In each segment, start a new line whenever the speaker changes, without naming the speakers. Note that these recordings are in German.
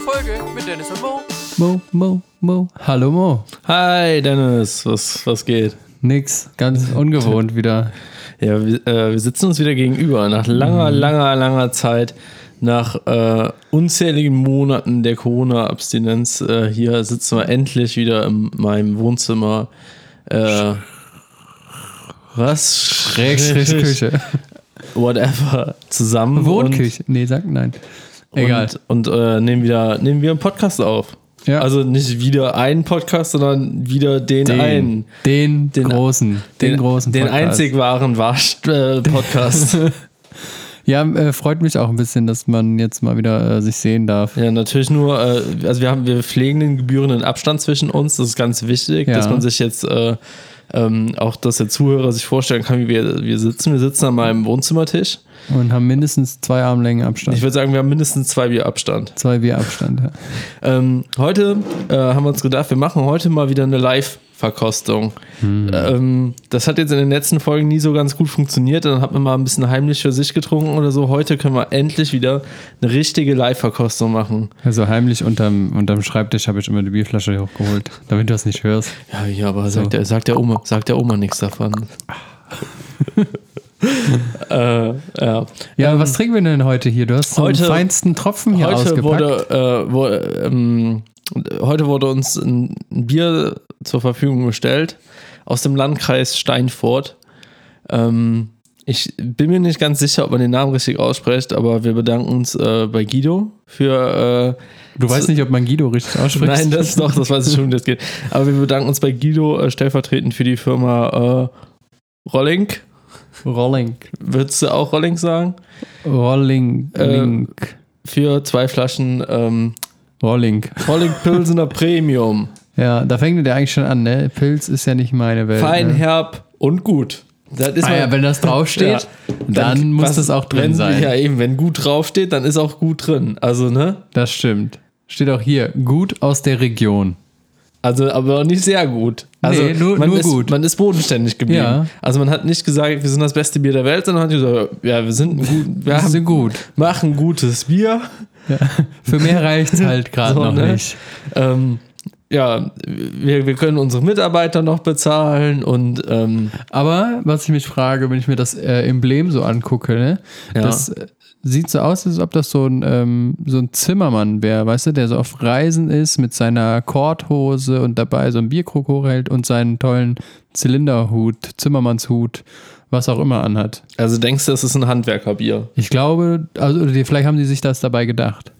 Folge mit Dennis und Mo.
Mo, Mo, Mo. Hallo Mo.
Hi Dennis, was, was geht?
Nix, ganz ungewohnt wieder.
Ja, wir, äh, wir sitzen uns wieder gegenüber nach langer,
Mhm.
langer, langer Zeit, nach äh, unzähligen Monaten der Corona-Abstinenz. Äh, hier sitzen wir endlich wieder in meinem Wohnzimmer. Äh, was?
Schrägstrich Küche.
Whatever. Zusammen.
Wohnküche. Nee, sag nein.
Und,
Egal.
Und, und äh, nehmen, wieder, nehmen wir einen Podcast auf.
Ja.
Also nicht wieder einen Podcast, sondern wieder den, einen.
den,
Den-
großen. Den, großen.
Den
Podcast.
einzig wahren Wasch- äh, Podcast.
Ja, äh, freut mich auch ein bisschen, dass man jetzt mal wieder äh, sich sehen darf.
Ja, natürlich nur, äh, also wir haben, wir pflegen den gebührenden Abstand zwischen uns. Das ist ganz wichtig,
Ja.
dass man sich jetzt äh, ähm, auch, dass der Zuhörer sich vorstellen kann, wie wir, wir sitzen. Wir sitzen an meinem Wohnzimmertisch.
Und haben mindestens zwei Armlängen
Ich
Abstand.
würde sagen, wir haben mindestens zwei Bier Abstand.
Zwei Bier Abstand. Ja.
Ähm, heute äh, haben wir uns gedacht, wir machen heute mal wieder eine Live-Verkostung. Ähm, das hat jetzt in den letzten Folgen nie so ganz gut funktioniert. Dann hat man mal ein bisschen heimlich für sich getrunken oder so. Heute können wir endlich wieder eine richtige Live-Verkostung machen.
Also heimlich unterm, unterm Schreibtisch habe ich immer die Bierflasche hochgeholt, damit du das nicht hörst.
Ja, ja, aber sagt, der, sagt, der Oma, sagt der Oma nichts davon. äh, ja.
Ja, was trinken wir denn Ähm, heute hier? Du hast so
heute-
den feinsten Tropfen hier
Heute
ausgepackt.
wurde, äh, wo, ähm, heute wurde uns ein ein Bier zur Verfügung gestellt aus dem Landkreis Steinfurt. Ähm, ich bin mir nicht ganz sicher, ob man den Namen richtig ausspricht, aber wir bedanken uns äh, bei Guido für äh,
du weißt nicht, ob man Guido richtig ausspricht.
Nein, das doch, das weiß ich schon, wie das geht. Aber wir bedanken uns bei Guido äh, stellvertretend für die Firma äh, Rolling.
Rolling.
Würdest du auch Rolling sagen?
Rolling.
Äh,
Link.
Für zwei Flaschen ähm,
Rolling.
Rolling Pilsener Premium.
Ja, da fängt der eigentlich schon an, ne? Pilz ist ja nicht meine Welt.
Fein,
ne?
herb und gut. Das ist
Ah
mal-
ja, wenn das draufsteht, dann, muss
was-
das auch drin
wenn,
sein.
Ja, eben, wenn gut draufsteht, dann ist auch gut drin. Also, ne?
Das stimmt. Steht auch hier, gut aus der Region.
Also, aber auch nicht sehr gut. Also,
Nee, nur-
man
nur
ist,
gut.
Man ist bodenständig geblieben.
Ja.
Also, man hat nicht gesagt, wir sind das beste Bier der Welt, sondern hat gesagt, ja, wir sind gut, wir
Das ist
haben,
gut.
machen gutes Bier.
Für mehr reicht es halt gerade
So,
noch
ne?
nicht.
Ähm, ja, wir, wir können unsere Mitarbeiter noch bezahlen und ähm,
Aber was ich mich frage, wenn ich mir das äh, Emblem so angucke, ne?
Ja.
das äh, sieht so aus, als ob das so ein, ähm, so ein Zimmermann wäre, weißt du, der so auf Reisen ist mit seiner Korthose und dabei so ein Bierkrug hochhält und seinen tollen Zylinderhut, Zimmermannshut, was auch immer anhat.
also denkst du, das ist ein Handwerkerbier?
Ich glaube, also oder die, vielleicht haben die sich das dabei gedacht.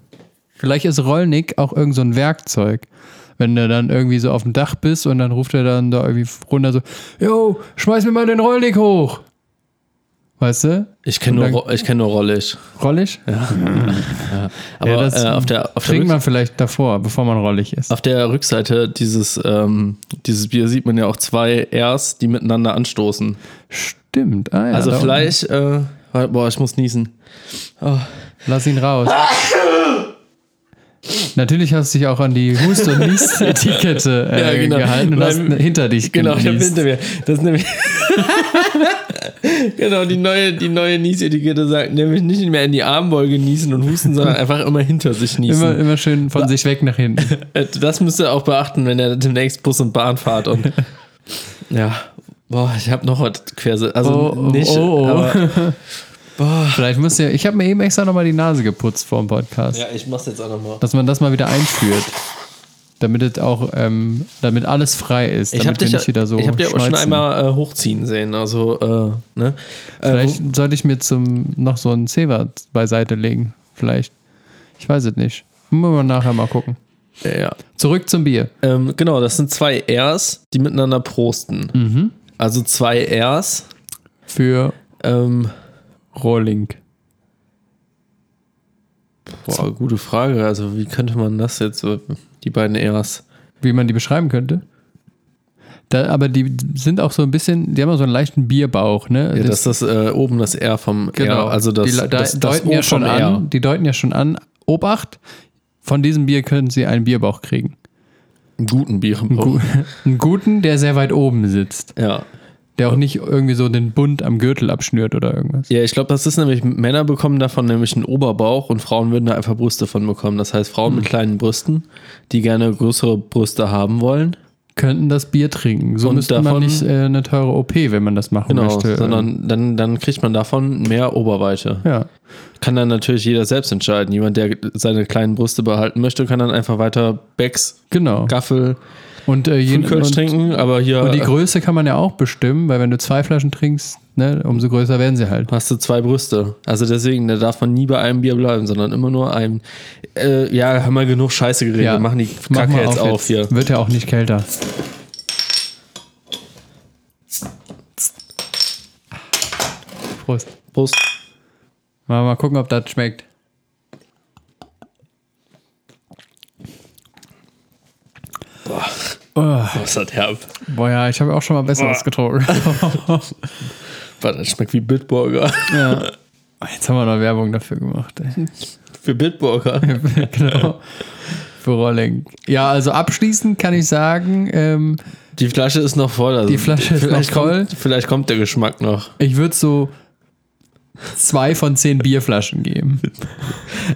Vielleicht ist Rollnick auch irgend so ein Werkzeug. Wenn du dann irgendwie so auf dem Dach bist und dann ruft er dann da irgendwie runter so, yo, schmeiß mir mal den Rollnick hoch. Weißt du?
Ich kenne nur, Ro- ich kenn nur Rollig.
Rollig?
Aber
Ja, das
äh, auf, der, auf, der
Trinkt
Rücks-
man vielleicht davor, bevor man rollig ist.
auf der Rückseite dieses, ähm, dieses Bier sieht man ja auch zwei Rs, die miteinander anstoßen.
Stimmt. Ah, ja,
also
da unten.
vielleicht, äh, warte, boah, ich muss niesen. Oh,
Lass ihn raus. Natürlich hast du dich auch an die Hust- und Niest-Etikette äh,
Ja, genau.
gehalten und hast
Beim-
hinter dich
Genau, ich hab
genießt.
hinter mir. Das ist nämlich. genau, die neue, die neue Niesetikette sagt nämlich nicht mehr in die Armbeuge niesen und husten, sondern einfach immer hinter sich niesen.
Immer, immer schön von sich weg nach hinten.
Äh, Das müsst ihr auch beachten, wenn ihr demnächst Bus und Bahn fahrt und ja, boah, ich habe noch was querse, also
Oh, oh,
nicht,
oh, oh.
aber
Vielleicht müsst ihr. Ich habe mir eben extra nochmal die Nase geputzt vor dem Podcast.
ja, ich mach's jetzt auch nochmal.
Dass man das mal wieder einführt. Damit es auch, ähm, damit alles frei ist.
Ich
damit
habe dich,
wir
ja-
nicht wieder so
ich hab dich auch schon
schneuzen.
einmal äh, hochziehen sehen, also äh, ne, äh, wo,
Vielleicht sollte ich mir zum noch so einen Zewa beiseite legen. Vielleicht. Ich weiß es nicht. Müssen wir nachher mal gucken.
ja,
Zurück zum Bier.
ähm, genau, das sind zwei Rs, die miteinander prosten, also zwei Rs,
Für
ähm,
Rolling.
boah, gute Frage, also wie könnte man das jetzt, so- die beiden Rs,
Wie man die beschreiben könnte. Da, aber die sind auch so ein bisschen, die haben auch so einen leichten Bierbauch, ne?
ja, das ist äh, oben das R vom
Genau,
R, also das,
die, da
das, das
deuten
O
ja schon
vom
an,
R.
die deuten ja schon an, Obacht, von diesem Bier können Sie einen Bierbauch kriegen.
Einen guten Bier.
Gu- Einen guten, der sehr weit oben sitzt.
Ja.
Der auch nicht irgendwie so den Bund am Gürtel abschnürt oder irgendwas.
Ja, ich glaube, das ist nämlich, Männer bekommen davon nämlich einen Oberbauch und Frauen würden da einfach Brüste von bekommen. Das heißt, Frauen
Hm.
mit kleinen Brüsten, die gerne größere Brüste haben wollen,
Könnten das Bier trinken. So
Und
müsste man
davon-
nicht äh, eine teure OP, wenn man das machen
genau,
möchte. äh,
sondern dann, dann kriegt man davon mehr Oberweite.
ja.
Kann dann natürlich jeder selbst entscheiden. Jemand, der seine kleinen Brüste behalten möchte, kann dann einfach weiter Becks,
Genau.
Gaffel,
Und, äh, jeden,
Frühkölsch
und,
trinken, aber hier
und die
äh,
Größe kann man ja auch bestimmen, weil wenn du zwei Flaschen trinkst, ne, umso größer werden sie halt.
hast du zwei Brüste. Also deswegen, da darf man nie bei einem Bier bleiben, sondern immer nur einem. Äh, ja, haben wir genug Scheiße geredet.
Ja.
Machen die
Mach
Kacke
mal
jetzt auf, hier.
Wird ja auch nicht kälter. Prost.
Prost.
Mal, mal gucken, ob das schmeckt. Oh,
Was hat herb?
boah, ja, ich habe auch schon mal besseres getrunken.
Boah, das schmeckt wie Bitburger.
ja. Jetzt haben wir noch Werbung dafür gemacht. Ey.
Für Bitburger.
genau. Für Rolling. Ja, also abschließend kann ich sagen, ähm,
Die Flasche ist noch voll. Also
Die Flasche ist
vielleicht
noch voll.
Kommt, vielleicht kommt der Geschmack noch.
ich würde so zwei von zehn Bierflaschen geben.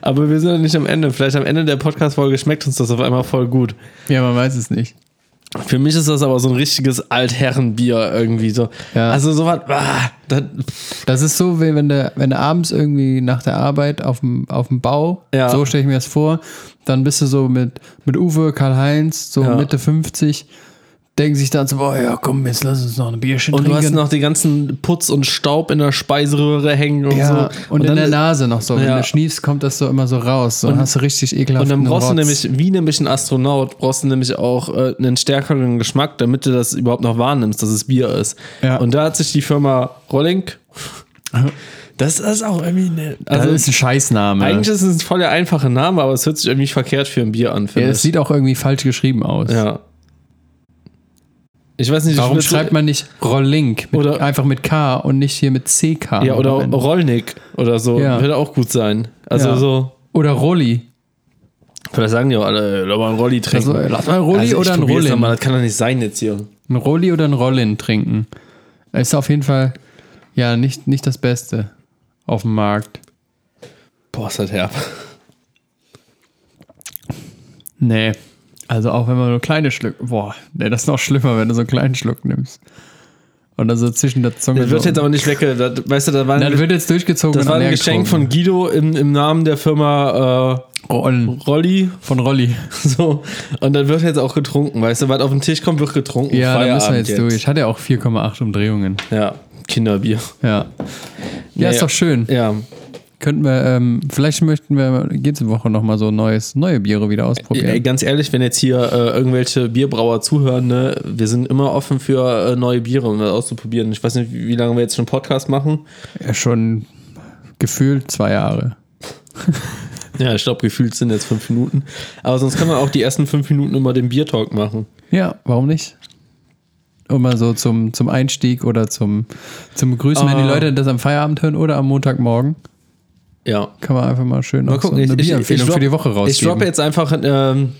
Aber wir sind noch nicht am Ende. Vielleicht am Ende der Podcast-Folge schmeckt uns das auf einmal voll gut.
Ja, man weiß es nicht.
Für mich ist das aber so ein richtiges Altherrenbier irgendwie so.
Ja.
Also sowas, ah, dann
Das ist so, wie wenn du, wenn du abends irgendwie nach der Arbeit auf dem, auf dem Bau,
Ja.
so stelle ich mir das vor, dann bist du so mit, mit Uwe, Karl-Heinz, so
Ja.
Mitte 50, denken sich dann so, boah, ja komm, jetzt lass uns noch ein Bierchen
Und du
trinken.
hast noch den ganzen Putz und Staub in der Speiseröhre hängen und so.
ja, und, in
dann,
der Nase noch so. Wenn
Ja.
du schniefst, kommt das so immer so raus. So, und
Und-
hast du richtig ekelhaft.
und dann brauchst du nämlich, wie nämlich ein Astronaut, brauchst du nämlich auch äh, einen stärkeren Geschmack, damit du das überhaupt noch wahrnimmst, dass es Bier ist.
Ja.
Und da hat sich die Firma Rolling. Das ist auch irgendwie eine.
Also
Also
ist ein Scheißname.
eigentlich ist es ein voll der einfache Name, aber es hört sich irgendwie verkehrt für ein Bier an,
ja,
finde
es
ich.
sieht auch irgendwie falsch geschrieben aus.
Ja. Ich weiß nicht,
Warum
ich würd's-
schreibt man nicht Rolling? Mit,
Oder-
einfach mit K und nicht hier mit CK.
Ja, oder
am Ende?
Rollnick oder so.
Ja.
Würde auch gut sein. Also
Ja.
so.
oder Rolli.
Vielleicht sagen die auch alle, lass mal einen Rolli trinken.
Also, lass mal einen Rolli
ich
oder einen
probier's
Rollin.
noch Mal, das kann doch nicht sein jetzt hier.
Ein Rolli oder ein Rollin trinken. Ist auf jeden Fall ja nicht, nicht das Beste auf dem Markt.
Boah, ist das herb.
Nee. Also auch wenn man nur kleine Schluck. Boah, nee, das ist noch schlimmer, wenn du so einen kleinen Schluck nimmst. Und dann so zwischen der Zunge.
Das wird
so,
jetzt aber nicht lecker. Das, weißt du, das war,
Genau. dann
ein,
wird jetzt durchgezogen.
das
und
war ein
leer
Geschenk
getrunken.
von Guido im, im Namen der Firma
Rollen.
äh, Rolli.
Von Rolli.
So. Und dann wird jetzt auch getrunken, weißt du, was auf den Tisch kommt, wird getrunken.
Ja, da müssen wir jetzt,
Feierabend
durch. Hat ja auch 4,8 Umdrehungen.
Ja, Kinderbier.
Ja. Ja, ist
Nee.
doch schön.
Ja.
Könnten wir, ähm, vielleicht möchten wir jede Woche nochmal so neues, neue Biere wieder ausprobieren.
Ey, ganz ehrlich, wenn jetzt hier äh, irgendwelche Bierbrauer zuhören, ne, wir sind immer offen für äh, neue Biere, um das auszuprobieren. Ich weiß nicht, wie wie lange wir jetzt schon Podcast machen.
Ja, schon gefühlt zwei Jahre.
Ja, ich glaube, gefühlt sind jetzt fünf Minuten. Aber sonst kann man auch die ersten fünf Minuten immer den Biertalk machen.
Ja, warum nicht? Und mal so zum, zum Einstieg oder zum, zum Begrüßen, wenn die
Ah.
Leute das am Feierabend hören oder am Montagmorgen,
Ja.
kann man einfach mal schön
Mal
auch
gucken,
so
ich,
eine
ich, ich,
Bierempfehlung
drop,
für die Woche
ich drop
rausgeben.
jetzt einfach, ähm,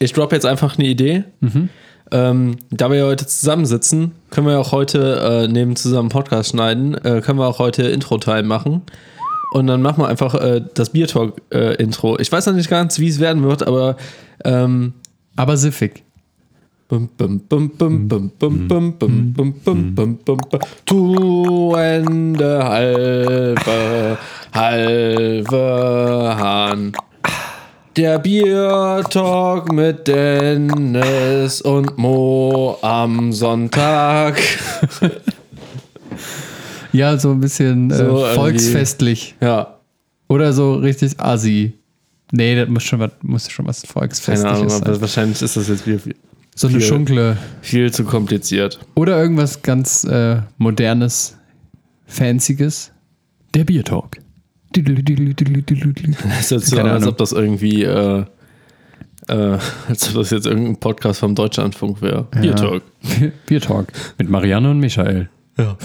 ich drop jetzt einfach eine Idee.
Mhm.
Ähm, da wir ja heute zusammensitzen, können wir auch heute äh, neben zusammen Podcast schneiden, äh, können wir auch heute Intro-Time machen. Und dann machen wir einfach äh, das Biertalk-Intro. ich weiß noch nicht ganz, wie es werden wird, aber ähm,
Aber siffig.
Bum, bum, bum,
Hm.
bum, bum, bum, bum, bum, bum, bum, bum, bum, bum. Tu Ende halbe, halbe Hahn. Der Biertalk mit Dennis und Mo am Sonntag.
Ja, so ein bisschen
irgendwie.
äh, volksfestlich.
Ja,
Oder so richtig assi. Nee, das muss schon was, muss schon was
keine Ahnung,
Volksfestliches
aber
sein.
wahrscheinlich ist das jetzt viel, viel,
So eine
viel-
Schunkle.
viel zu kompliziert.
Oder irgendwas ganz äh, Modernes, Fancyes. Der Biertalk.
Das ist jetzt so,
Keine
als
Ahnung.
ob das irgendwie, äh, äh, als ob das jetzt irgendein Podcast vom Deutschlandfunk wäre. Biertalk.
Biertalk mit Marianne und Michael.
Ja.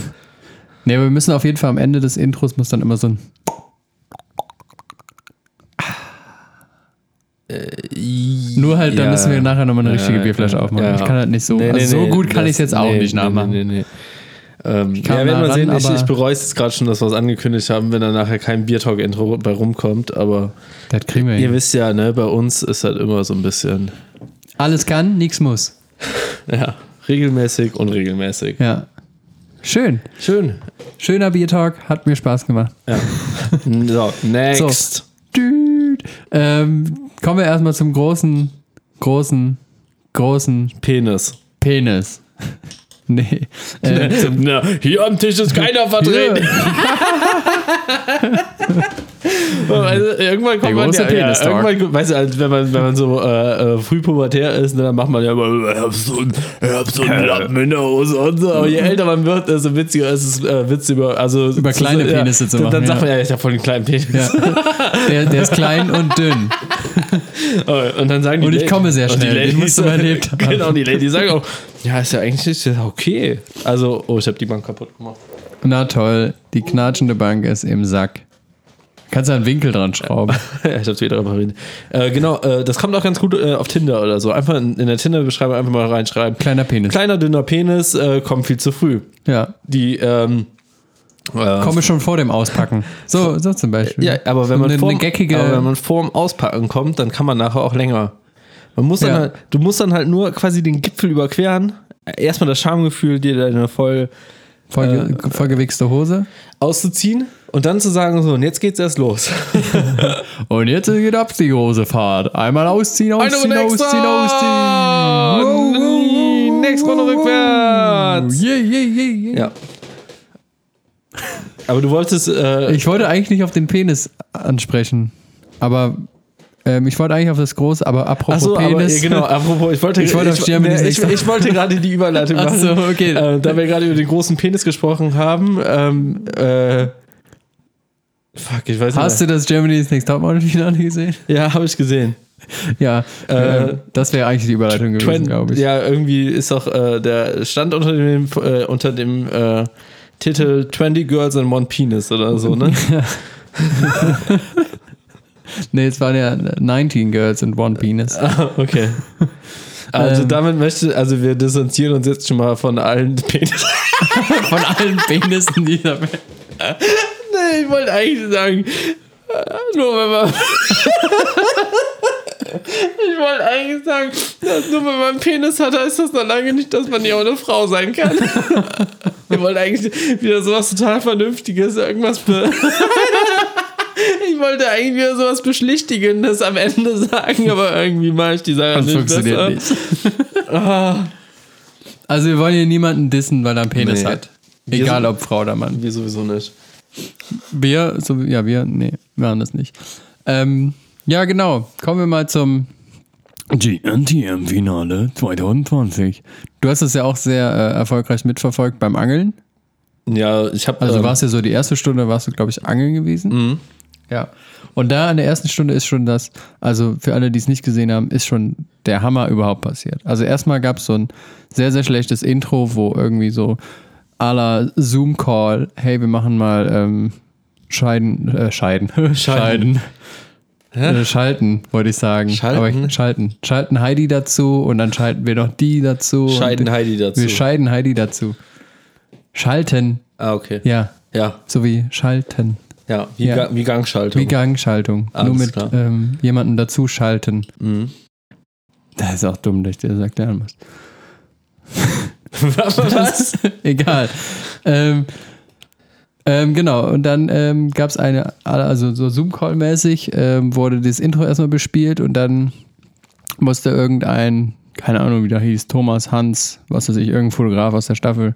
Nee, aber wir müssen auf jeden Fall am Ende des Intros muss dann immer so ein Nur halt, da
Ja.
müssen wir nachher nochmal eine richtige
Ja,
Bierflasche
ja,
aufmachen.
ja.
Ich kann das nicht so. also so gut kann
das-
ich es jetzt auch
nee,
nicht nachmachen.
Nee, nee, nee. Ähm, ja,
kam
werden
nah
wir
ran,
sehen. Ich,
aber-
ich bereue es jetzt gerade schon, dass wir es angekündigt haben, wenn da nachher kein Biertalk-Intro bei rumkommt. Aber
Das kriegen wir
ihr
hin.
wisst ja, ne, bei uns ist halt immer so ein bisschen,
Alles kann, nichts muss.
ja, regelmäßig, unregelmäßig.
Ja. Schön.
Schön.
Schöner Biertalk, hat mir Spaß gemacht.
Ja. so, next.
Düt. Ähm, kommen wir erstmal zum großen, großen, großen
Penis.
Penis. nee. Äh,
Na, hier am Tisch ist keiner vertreten. Also, irgendwann
Der
kommt man
große
ja, ja
Penis-Talk.
irgendwann, weißt du, als wenn man, wenn man so äh, äh, frühpubertär ist, ne, dann macht man ja immer, ich hab so einen, ich hab so einen Lappen in der Hose und so. Aber je älter man wird, desto witziger ist es, äh, Witz über, also,
Mhm. Über kleine
ja,
Penisse zu
dann-
machen,
Dann sagt
ja.
man ja, ich hab voll einen kleinen Penis.
ja. der, der ist klein und dünn.
Oh, Und dann sagen die
Und ich
Lady-
komme sehr
und die
schnell, den
Ladies-
musst du überlebt haben.
Genau, die Lady sagen auch, ja, ist ja eigentlich ist ja okay. Also, oh, ich hab die Bank kaputt gemacht.
Na toll, die knatschende Bank ist im Sack. Kannst du einen Winkel dran schrauben.
ja, ich hab's wieder repariert. Äh, genau, äh, das kommt auch ganz gut äh, auf Tinder oder so. Einfach in, in der Tinder-Beschreibung einfach mal reinschreiben.
Kleiner Penis.
Kleiner, dünner Penis, äh, kommt viel zu früh.
Ja.
Die, ähm, äh,
Komme schon vor dem Auspacken. So, so zum Beispiel.
ja, aber wenn
So
man,
eine,
vorm,
eine geckige.
aber wenn man vorm Auspacken kommt, dann kann man nachher auch länger. Man muss dann
Ja.
halt, du musst dann halt nur quasi den Gipfel überqueren. Erstmal das Schamgefühl, dir deine voll
vollge,
äh,
vollgewichste Hose.
auszuziehen und dann zu sagen, so, und jetzt geht's erst los.
Und jetzt geht ab die große Fahrt. Einmal ausziehen, ausziehen, ausziehen, ausziehen.
Next Runde rückwärts.
Yeah, yeah, yeah, yeah.
Ja. Aber du wolltest. Äh,
Ich wollte eigentlich nicht auf den Penis ansprechen, aber ähm, ich wollte eigentlich auf das große, aber apropos
achso, aber
Penis.
äh, genau, apropos, ich wollte,
Ich wollte auf Germany's
nee, ich,
Next
ich wollte gerade die Überleitung
Ach
machen.
so, okay.
Äh, da wir gerade über den großen Penis gesprochen haben, ähm, äh, fuck, ich weiß
Hast du das Germany's Next Topmodel Finale gesehen?
nicht. Ja, habe ich gesehen.
Ja,
Äh,
äh, das wäre eigentlich die Überleitung gewesen,
Twen-
glaube ich.
Ja, irgendwie ist auch äh, der stand unter dem äh, unter dem äh, Titel 20 Girls and One Penis oder so, ne?
Nee, es waren ja 19 Girls and One Penis.
Ah, okay. Also
Ähm.
damit möchte, also wir distanzieren uns jetzt schon mal von allen Penis.
Von allen Penissen dieser Welt.
Nee, ich wollte eigentlich sagen, äh, nur wenn man. ich wollte eigentlich sagen, dass nur wenn man einen Penis hat, heißt das noch lange nicht, dass man ja auch eine Frau sein kann. ich wollte eigentlich wieder sowas total Vernünftiges, irgendwas be. Ich wollte eigentlich wieder sowas Beschlichtigendes am Ende sagen, aber irgendwie mache ich die Sache
Das
nicht besser.
funktioniert nicht. Also wir wollen hier niemanden dissen, weil er einen Penis
Nee.
hat.
Wir
Egal
sind-
ob Frau oder Mann.
Wir sowieso nicht.
Wir, so, ja, wir, nee, wir haben das nicht. Ähm, ja, genau. Kommen wir mal zum GNTM-Finale 2020. Du hast es ja auch sehr äh, erfolgreich mitverfolgt beim Angeln.
Ja, ich habe
Also
ähm, Mhm.
warst du ja so die erste Stunde, warst du, glaube ich, angeln gewesen. Ja. Und da an der ersten Stunde ist schon das, also für alle, die es nicht gesehen haben, ist schon der Hammer überhaupt passiert. Also erstmal gab es so ein sehr, sehr schlechtes Intro, wo irgendwie so à la Zoom-Call, hey, wir machen mal ähm, Scheiden, äh, Scheiden, Scheiden. Äh, Schalten, wollte ich sagen.
Schalten?
Aber ich, schalten. Schalten Heidi dazu und dann schalten wir noch die dazu. und
Scheiden
die-
Heidi dazu.
Wir scheiden Heidi dazu. Schalten,
ah, okay.
ja.
Ja,
So wie Schalten.
ja, wie,
Ja.
Ga wie Gangschaltung.
Wie Gangschaltung.
Alles
Nur mit
klar.
ähm, jemandem dazu schalten.
Mhm.
Das ist auch dumm, dass ich dir das erklären muss.
Was?
Egal. ähm, ähm, genau, und dann ähm, gab es eine, also so Zoom-Call-mäßig ähm, wurde das Intro erstmal bespielt und dann musste irgendein, keine Ahnung wie der hieß, Thomas, Hans, was weiß ich, irgendein Fotograf aus der Staffel,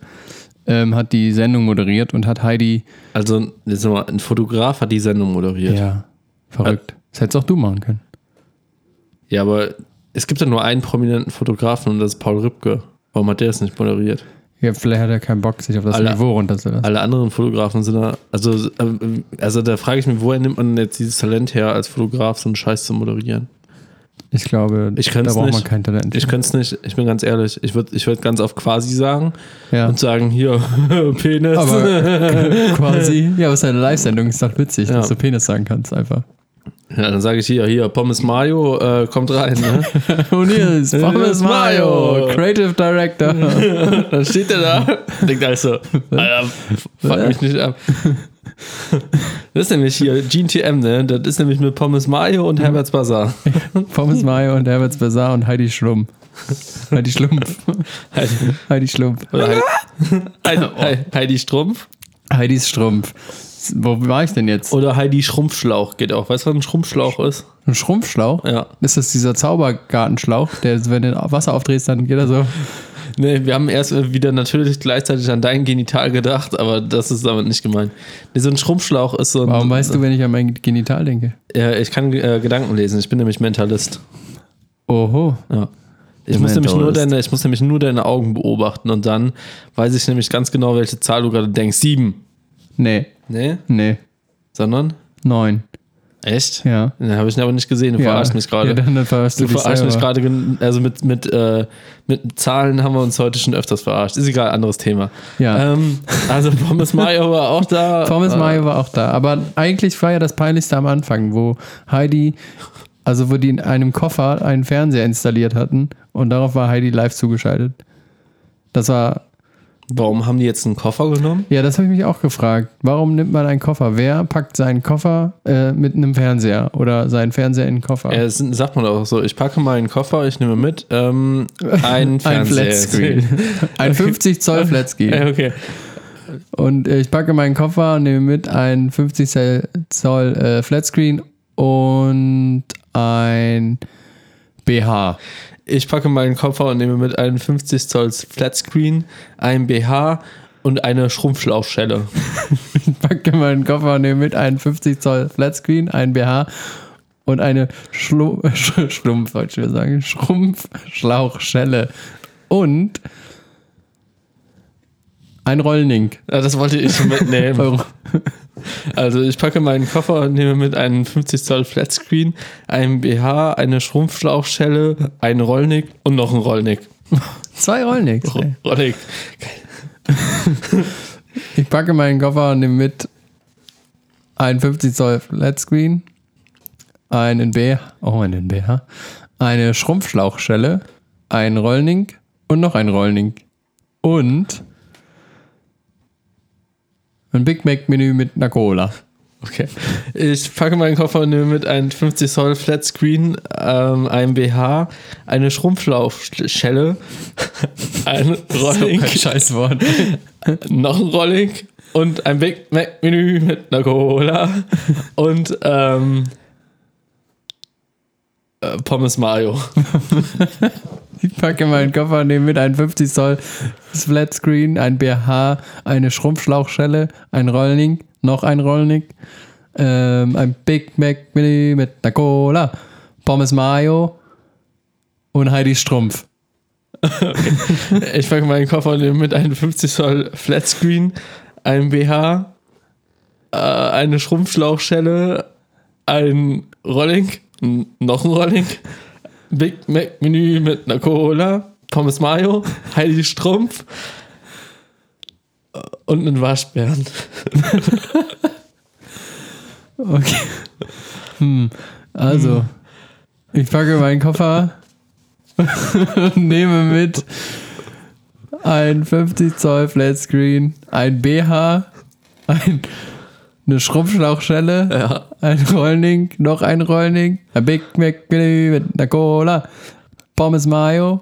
ähm, hat die Sendung moderiert und hat Heidi,
Also, jetzt nochmal, ein Fotograf hat die Sendung moderiert. Ja,
ja, verrückt. Das hättest auch du machen können.
aber es gibt ja nur einen prominenten Fotografen und das ist Paul Rübke. Warum hat der es nicht moderiert?
Ja, vielleicht hat er keinen Bock, sich auf das
Alle-
Niveau runterzulassen.
Alle anderen Fotografen sind da. Also, ähm, also da frage ich mich, woher nimmt man jetzt dieses Talent her, als Fotograf so einen Scheiß zu moderieren?
Ich glaube,
Ich
da
kann's
braucht man
nicht.
kein Talent.
Ich könnte es nicht, ich bin ganz ehrlich. Ich würde ich würd ganz auf quasi sagen
ja.
und sagen: Hier, Penis.
Aber quasi, ja, aber es ist eine Live-Sendung, ist doch witzig,
Ja.
dass du Penis sagen kannst einfach.
Ja, dann sage ich hier, hier, Pommes Mayo, äh, kommt rein. Ne?
Und hier ist Pommes Mayo, Creative Director.
dann steht er da, denkt alles so, Alter, fuck mich nicht ab. Das ist nämlich hier GTM, ne? Das ist nämlich mit Pommes Mayo und Herberts Bazaar.
Pommes Mayo und Herberts Bazaar und Heidi Schlumpf. Heidi Schlumpf. Heidi Schlumpf.
Oder Heidi, Heidi, Heidi Strumpf
Heidis Strumpf. Wo war ich denn jetzt?
oder Heidi Schrumpfschlauch geht auch. Weißt du, was ein Schrumpfschlauch ist?
Ein Schrumpfschlauch?
Ja.
Ist das dieser Zaubergartenschlauch, der, wenn du den Wasser aufdrehst, dann geht er so.
Nee, wir haben erst wieder natürlich gleichzeitig an dein Genital gedacht, aber das ist damit nicht gemeint. Nee, so ein Schrumpfschlauch ist so ein.
Warum weißt du, wenn ich an mein Genital denke?
Ja, ich kann äh, Gedanken lesen. Ich bin nämlich Mentalist.
Oho.
Ja. Ich muss, nämlich
Mentor
nur
ist-
deine, ich muss nämlich nur deine Augen beobachten und dann weiß ich nämlich ganz genau, welche Zahl du gerade denkst. Sieben.
Nee,
Nee?
nee.
Sondern?
Neun.
Echt?
Ja.
Den habe ich aber nicht gesehen. Du verarschst mich gerade.
Ja, dann dann verarschst du,
du
dich
verarschst mich
selber.
gerade. gen- Also mit, mit, äh, mit Zahlen haben wir uns heute schon öfters verarscht. Ist egal, anderes Thema.
Ja.
Ähm, also Pommes Mayo war auch da.
Thomas
Äh,
Mayo war auch da, aber eigentlich war ja das Peinlichste am Anfang, wo Heidi, also wo die in einem Koffer einen Fernseher installiert hatten und darauf war Heidi live zugeschaltet. Das war,
Warum haben die jetzt einen Koffer genommen?
ja, das habe ich mich auch gefragt. Warum nimmt man einen Koffer? Wer packt seinen Koffer äh, mit einem Fernseher oder seinen Fernseher in den Koffer?
Äh, das sagt man auch so, ich packe meinen Koffer, ich nehme mit ähm, einen
ein
Fernseher.
Flatscreen. Ein 50 Zoll Flatscreen.
Äh, okay.
Und äh, ich packe meinen Koffer, nehme mit ein 50 Zoll- Zoll äh, Flatscreen und ein BH.
Ich packe meinen Koffer und nehme mit einen 50 Zoll Flatscreen, einen BH und eine Schrumpfschlauchschelle.
Ich packe meinen Koffer, nehme mit ein 50 Zoll Flatscreen, ein BH und eine Schlu Sch Schlumpf, wollte ich schon sagen, Schrumpfschlauchschelle und ein Rollning.
Ja, das wollte ich schon mitnehmen. Also ich packe meinen Koffer und nehme mit einem 50 Zoll Flatscreen, einem BH, eine Schrumpfschlauchschelle, einen Rollnick und noch einen Rollnick.
Zwei Rollnings. ey.
Rollnick.
Ich packe meinen Koffer und nehme mit ein 50 Zoll Flatscreen, einen BH, oh, einen BH, eine Schrumpfschlauchschelle, ein Rollning und noch ein Rollning. Und ein Big Mac Menü mit einer Cola.
Okay. Ich packe meinen Koffer und nehme mit einem 50 Zoll Flatscreen, ähm, einem BH, eine Schrumpfschlauchschelle, einen Rollnick,
Scheißwort.
noch einen Rollnick und ein Big Mac Menü mit einer Cola und ähm, äh, Pommes Mayo.
Ich packe meinen Koffer und nehme mit ein 50 Zoll Flatscreen, ein BH, eine Schrumpfschlauchschelle, ein Rollning, noch ein Rollning, ähm, ein Big Mac Mini mit einer Cola, Pommes Mayo und Heidi Strumpf.
Ich packe meinen Koffer und nehme mit einem 50 Zoll Flatscreen, einem BH, äh, eine Schrumpfschlauchschelle, ein Rolling, n- noch ein Rolling, Big Mac Menü mit einer Cola, Pommes Mayo, Heidi Strumpf äh, und einen Waschbären.
Okay. Hm. Also, ich packe meinen Koffer und nehme mit ein 50 Zoll Flatscreen, ein BH, ein, eine Schrumpfschlauchschelle,
Ja.
ein Rollning, noch ein Rollning, ein Big Mac Menü mit einer Cola, Pommes Mayo,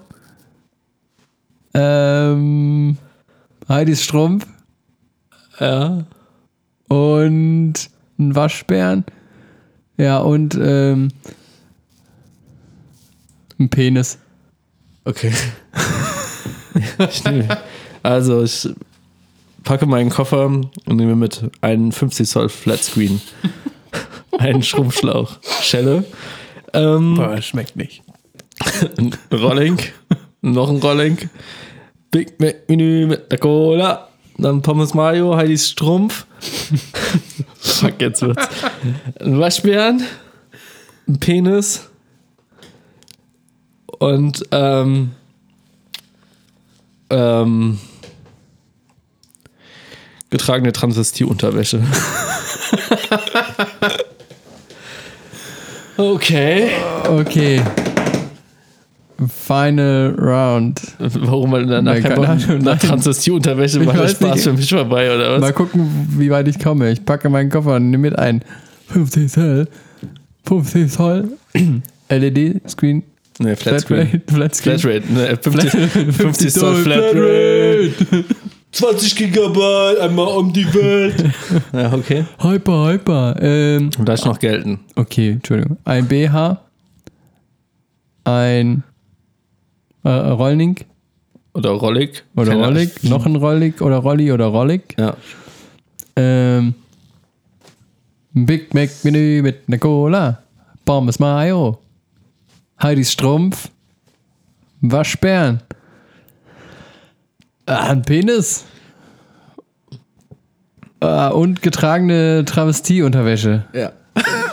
ähm, Heidis Strumpf
Ja.
und ein Waschbären. Ja, und ähm, ein Penis.
Okay. ich nehme, also ich packe meinen Koffer und nehme mit einen 50 Zoll Flatscreen, einen Schrumpfschlauch, Schelle, ähm,
Oh, das schmeckt nicht.
ein Rolling, noch ein Rolling, Big Mac Menü mit der Cola, dann Pommes Mario, Heidis Strumpf, fuck jetzt wird's, ein Waschbären, ein Penis und ähm, ähm, getragene Transvestie-Unterwäsche. Okay.
Okay. Final Round.
Warum? Weil danach
Nein,
kein
keine Ahnung,
Bock nach
nein.
Transvesti-Unterwäsche
Ich
war der
weiß
Spaß
nicht.
für mich vorbei, oder was?
Mal gucken, wie weit ich komme. Ich packe meinen Koffer und nehme mit ein 50 Zoll, 50 Zoll E LED-Screen,
Nee, Flat Screen.
Flatrate, Flatscreen,
Flatrate. Ne, 50,
Flat-
50 Zoll
Zoll
Flatrate. 20 Gigabyte, einmal um die Welt. ja, okay.
Hyper, hyper. Ähm,
Und lass noch gelten.
okay, Entschuldigung. Ein BH, ein äh, Rollning
Oder Rollig.
oder
Keine
Rollig, noch ein Rollig oder Rolli oder Rollig.
Ahnung. Ja.
Ähm, ein Big Mac Menü mit einer Cola, Pommes Mayo, Heidis Strumpf, ein Waschbären, ah, ein Penis ah, und getragene Travestieunterwäsche.
Ja.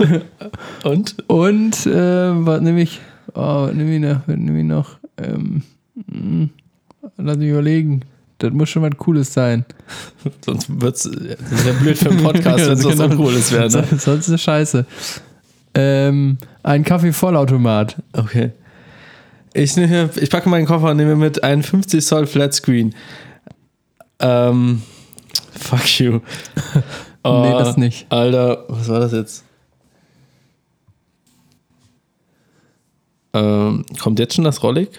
Und?
Und äh, was nehme ich? Oh, was nehme ich noch? Was nehme ich noch? Ähm, mm, lass mich überlegen. Das muss schon was Cooles sein.
Sonst wird's das wäre blöd für einen Podcast, wenn es was
Genau.
Uncooles wäre. Ne?
Sonst sonst ist das scheiße. Ähm, ein Kaffee-Vollautomat.
Okay. Ich, nehme, ich packe meinen Koffer und nehme mit einen 50 Zoll Flat Screen. Ähm, fuck you. Oh.
Nee, das nicht.
Alter, was war das jetzt? Ähm, kommt jetzt schon das Rollig?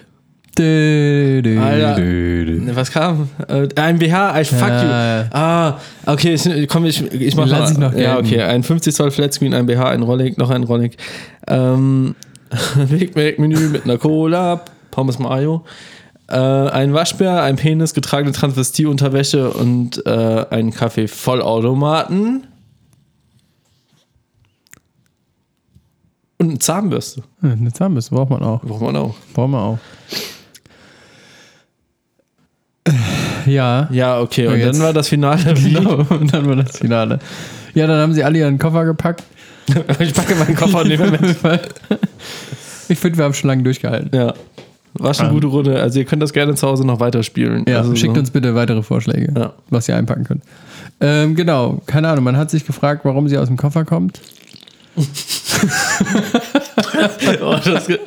Dö, dö,
Alter.
dö, dö.
Ne, Was kam? Äh, ein BH, I fuck
Ja,
you.
ja.
Ah, okay, ich, komm, ich, ich mach
Lass
mal-
ich noch
Ja,
gelten.
okay, ein 50 Zoll Flatscreen, ein BH, ein Rollig, noch ein Rollig. Ähm, Big Mac Menü mit einer Cola, Pommes Mayo, äh, ein Waschbär, ein Penis, getragene Transvestie-Unterwäsche und äh, einen Kaffee Vollautomaten. Und eine Zahnbürste.
Hm, Eine Zahnbürste braucht man auch.
Braucht man auch.
Braucht man auch. Äh, Ja.
Ja, okay,
Und
und
jetzt-
dann war das Finale.
Genau. Und dann war das Finale. Ja, dann haben sie alle ihren Koffer gepackt.
ich packe meinen Koffer und nehme mit.
Ich finde, wir haben schon lange durchgehalten.
Ja. War schon eine gute Runde. Also ihr könnt das gerne zu Hause noch weiterspielen.
Ähm. Ja,
also
schickt
so.
uns bitte weitere Vorschläge,
Ja.
was ihr einpacken könnt. Ähm, genau, keine Ahnung. Man hat sich gefragt, warum sie aus dem Koffer kommt.
Oh, das, Ge-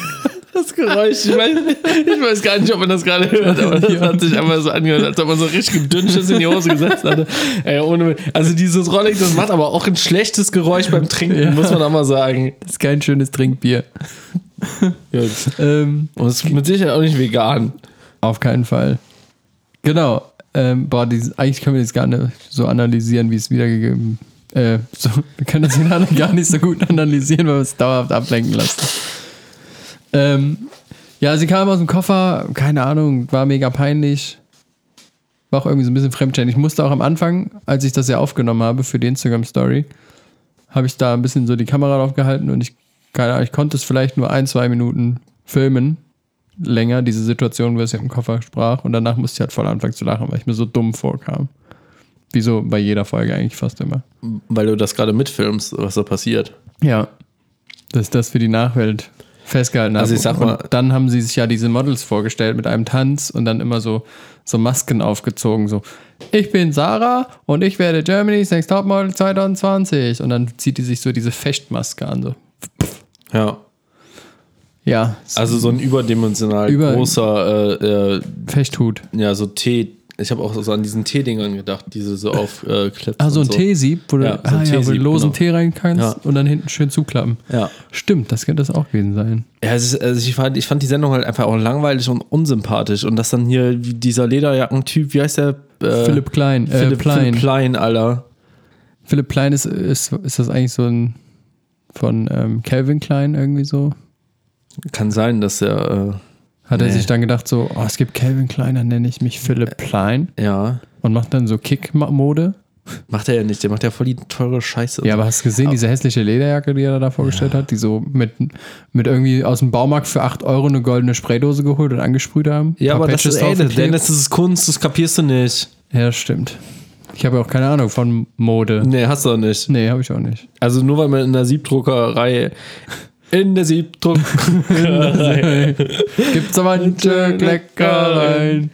das Geräusch, ich weiß, ich weiß gar nicht, ob man das gerade hört, aber das hat sich einfach so angehört, als ob man so richtig gedünnt ist in die Hose gesetzt hatte. Ey, ohne, also dieses Rolling, das macht aber auch ein schlechtes Geräusch beim Trinken,
Ja.
muss man auch mal sagen.
Das ist kein schönes Trinkbier.
Ja.
Ähm,
Und es ist mit Sicherheit auch nicht vegan.
auf keinen Fall. Genau. Ähm, boah, dieses, eigentlich können wir das gar nicht so analysieren, wie es wiedergegeben äh, so, Wir können das Finale gar nicht so gut analysieren, weil wir es dauerhaft ablenken lassen. Ähm, ja, sie kam aus dem Koffer, keine Ahnung, war mega peinlich. War auch irgendwie so ein bisschen fremdschämen. Ich musste auch am Anfang, als ich das ja aufgenommen habe für die Instagram-Story, habe ich da ein bisschen so die Kamera drauf gehalten und ich, keine Ahnung, ich konnte es vielleicht nur ein, zwei Minuten filmen, länger, diese Situation, wo es ja im Koffer sprach. Und danach musste ich halt voll anfangen zu lachen, weil ich mir so dumm vorkam. Wie so bei jeder Folge eigentlich fast immer.
Weil du das gerade mitfilmst, was da passiert.
Ja. Dass das für die Nachwelt festgehalten
Also
habe.
ich sag mal-
und dann haben sie sich ja diese Models vorgestellt mit einem Tanz und dann immer so, so Masken aufgezogen. So, ich bin Sarah und ich werde Germany's Next Topmodel 2020. Und dann zieht die sich so diese Fechtmaske an. So.
Ja.
Ja,
Also so ein überdimensional
Über-
großer äh, äh,
Fechthut.
Ja, so Tee. Ich habe auch so an diesen Teedingern gedacht, diese so aufklipsen.
Ah, so ein
und
Teesieb, wo du,
Ja, so ein
ah, ja, wo du
Teesieb,
losen
genau.
Tee rein kannst
Ja.
und dann hinten schön zuklappen.
Ja.
Stimmt, das könnte das auch gewesen sein.
ja es ist, also ich, fand, ich fand die Sendung halt einfach auch langweilig und unsympathisch. Und dass dann hier dieser Lederjacken-Typ, wie heißt der? Äh,
Philipp Klein. Äh,
Philipp,
Plein.
Philipp Klein, Alter.
Philipp Klein ist, ist, ist das eigentlich so ein von ähm, Calvin Klein irgendwie so?
Kann sein, dass er,
Hat er
Nee.
sich dann gedacht so, oh, es gibt Calvin Klein, dann nenne ich mich Philipp Klein
äh, ja.
und macht dann so Kick-Mode.
Macht er ja nicht, der macht ja voll die teure Scheiße.
Ja, aber hast du gesehen, diese hässliche Lederjacke, die er da vorgestellt hat, die so mit, mit irgendwie aus dem Baumarkt für 8 Euro eine goldene Spraydose geholt und angesprüht haben?
ja,
Ein paar
aber das
Patches
ist, ey, das,
draufgeklebt.
Dennis, das ist Kunst, das kapierst du nicht.
Ja, stimmt. Ich habe ja auch keine Ahnung von Mode.
Nee, hast du auch nicht.
Nee, habe ich auch nicht.
Also nur weil man in der Siebdruckerei, in der Siebdruckerei
Gibt's aber manche Kleckerlein.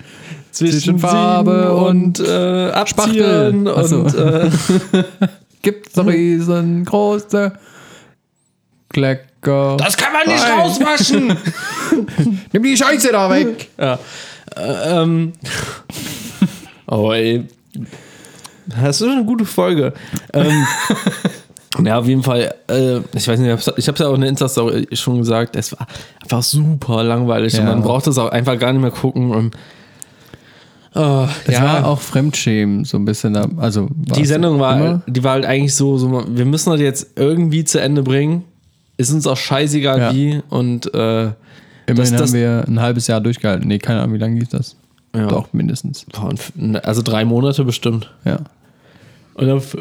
Zwischen Farbe
Siegen und äh, Abspachteln
Spachteln. Ach so.
und äh,
Gibt's riesengroße Klecker.
Das kann man nicht
Nein.
rauswaschen!
Nimm die Scheiße da weg.
ähm. Oh, ey. Das ist eine gute Folge. Ähm, ja, auf jeden Fall. Äh, ich weiß nicht, ich hab's- ich habe es ja auch in der Insta-Story schon gesagt. Es war einfach super langweilig und
Ja.
man braucht es auch einfach gar nicht mehr gucken. Und, Oh,
Es
ja,
war auch Fremdschämen so ein bisschen. am- Also war's
die Sendung war,
immer.
die war halt eigentlich so, so, wir müssen das jetzt irgendwie zu Ende bringen. Ist uns auch scheißegal
Ja.
wie. Und äh,
Immerhin
das- das-
haben wir ein halbes Jahr durchgehalten. Nee, keine Ahnung, wie lange lief das?
Ja.
Doch, mindestens.
boah, und f- also drei Monate bestimmt.
Ja.
Und dann f-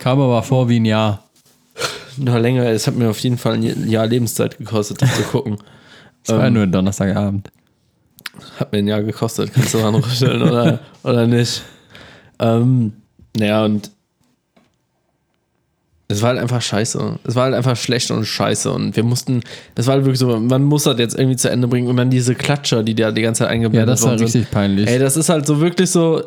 Kam aber vor wie ein Jahr.
Noch länger, es hat mir auf jeden Fall ein Jahr Lebenszeit gekostet, das zu gucken.
Es
Ähm.
war ja nur ein Donnerstagabend.
Hat mir ein Jahr gekostet, kannst du mal anrüsteln oder, oder nicht. Ähm, naja, und es war halt einfach scheiße. Es war halt einfach schlecht und scheiße. Und wir mussten, das war halt wirklich so, man muss das jetzt irgendwie zu Ende bringen. Und dann diese Klatscher, die da die ganze Zeit
Ja,
eingeblendet
das war
worden sind.
richtig peinlich.
Ey, das ist halt so wirklich so.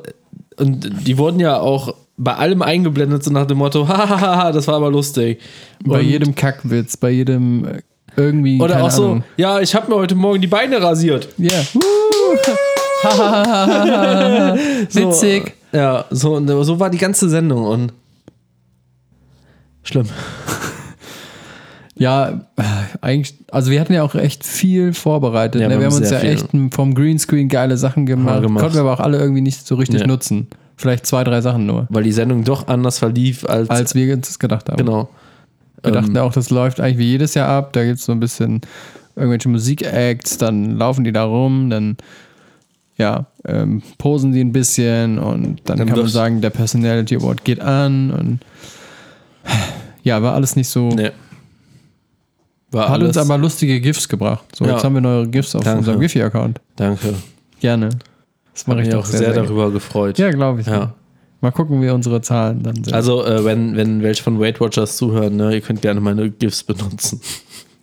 Und die wurden ja auch bei allem eingeblendet, so nach dem Motto, hahaha, das war aber lustig.
bei
Und-
jedem Kackwitz, bei jedem äh, irgendwie.
Oder
keine
auch so,
Ahnung.
ja, ich habe mir heute Morgen die Beine rasiert.
Ja.
So,
Witzig.
Ja, so, und so war die ganze Sendung und. Schlimm.
Ja, äh, eigentlich, also wir hatten ja auch echt viel vorbereitet.
Ja,
ne?
wir
Wir haben
haben
uns ja
sehr viel.
echt m- vom Greenscreen geile Sachen gemacht.
gemacht.
Konnten wir aber auch alle irgendwie nicht so richtig
Nee.
nutzen. Vielleicht zwei, drei Sachen nur,
Weil die Sendung doch anders verlief als.
als wir uns das gedacht haben.
genau.
Wir dachten ja auch, das läuft eigentlich wie jedes Jahr ab. Da gibt es so ein bisschen irgendwelche Musikacts, dann laufen die da rum, dann ja, ähm, posen die ein bisschen und dann,
Dann
kann man
wird's-
sagen, der Personality Award geht an und ja, war alles nicht so.
Nee. War
Hat
alles.
uns aber lustige GIFs gebracht. So,
Ja.
jetzt haben wir neue GIFs auf
Danke.
unserem Giphy-Account.
Danke.
Gerne. Das mache
Hab
ich
mich
doch
auch sehr, darüber gefreut.
Ja, glaube ich.
Ja.
Mal gucken, wie unsere Zahlen dann sind.
Also, äh, wenn, wenn welche von Weight Watchers zuhören, ne, ihr könnt gerne meine GIFs benutzen.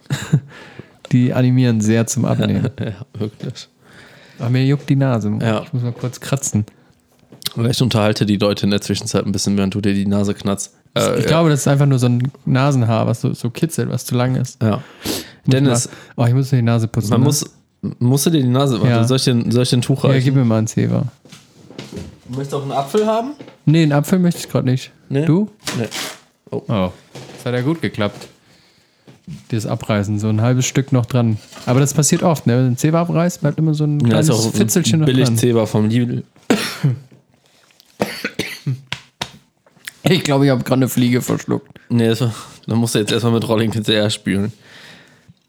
die animieren sehr zum Abnehmen.
ja, wirklich.
Aber mir juckt die Nase.
Ja.
Ich muss mal kurz kratzen.
Vielleicht unterhalte die Leute in der Zwischenzeit ein bisschen, während du dir die Nase knatzt. Äh,
ich glaube, das ist einfach nur so ein Nasenhaar, was so, so kitzelt, was zu lang ist.
Ja.
Muss
Dennis,
Mal, oh, ich muss mir die Nase putzen.
man
ne?
muss. Musst du dir die Nase. Warte,
Ja.
soll, ich den, soll ich den Tuch
Ja,
reichen?
gib mir mal einen Zeber.
Möchtest du auch einen Apfel haben?
Nee, einen Apfel möchte ich gerade nicht.
Nee.
Du?
Nee.
Oh. Das hat ja gut geklappt. Dieses Abreißen, so ein halbes Stück noch dran. Aber das passiert oft, ne? Wenn du einen Zeber abreißt, bleibt immer so ein
Ja,
kleines
ist auch
Fitzelchen
ein
noch
billig
dran.
Zeber vom Lidl.
Ich glaube, ich habe gerade eine Fliege verschluckt.
Nee, das war, da musst du jetzt erstmal mit Rolling Pins eher spülen.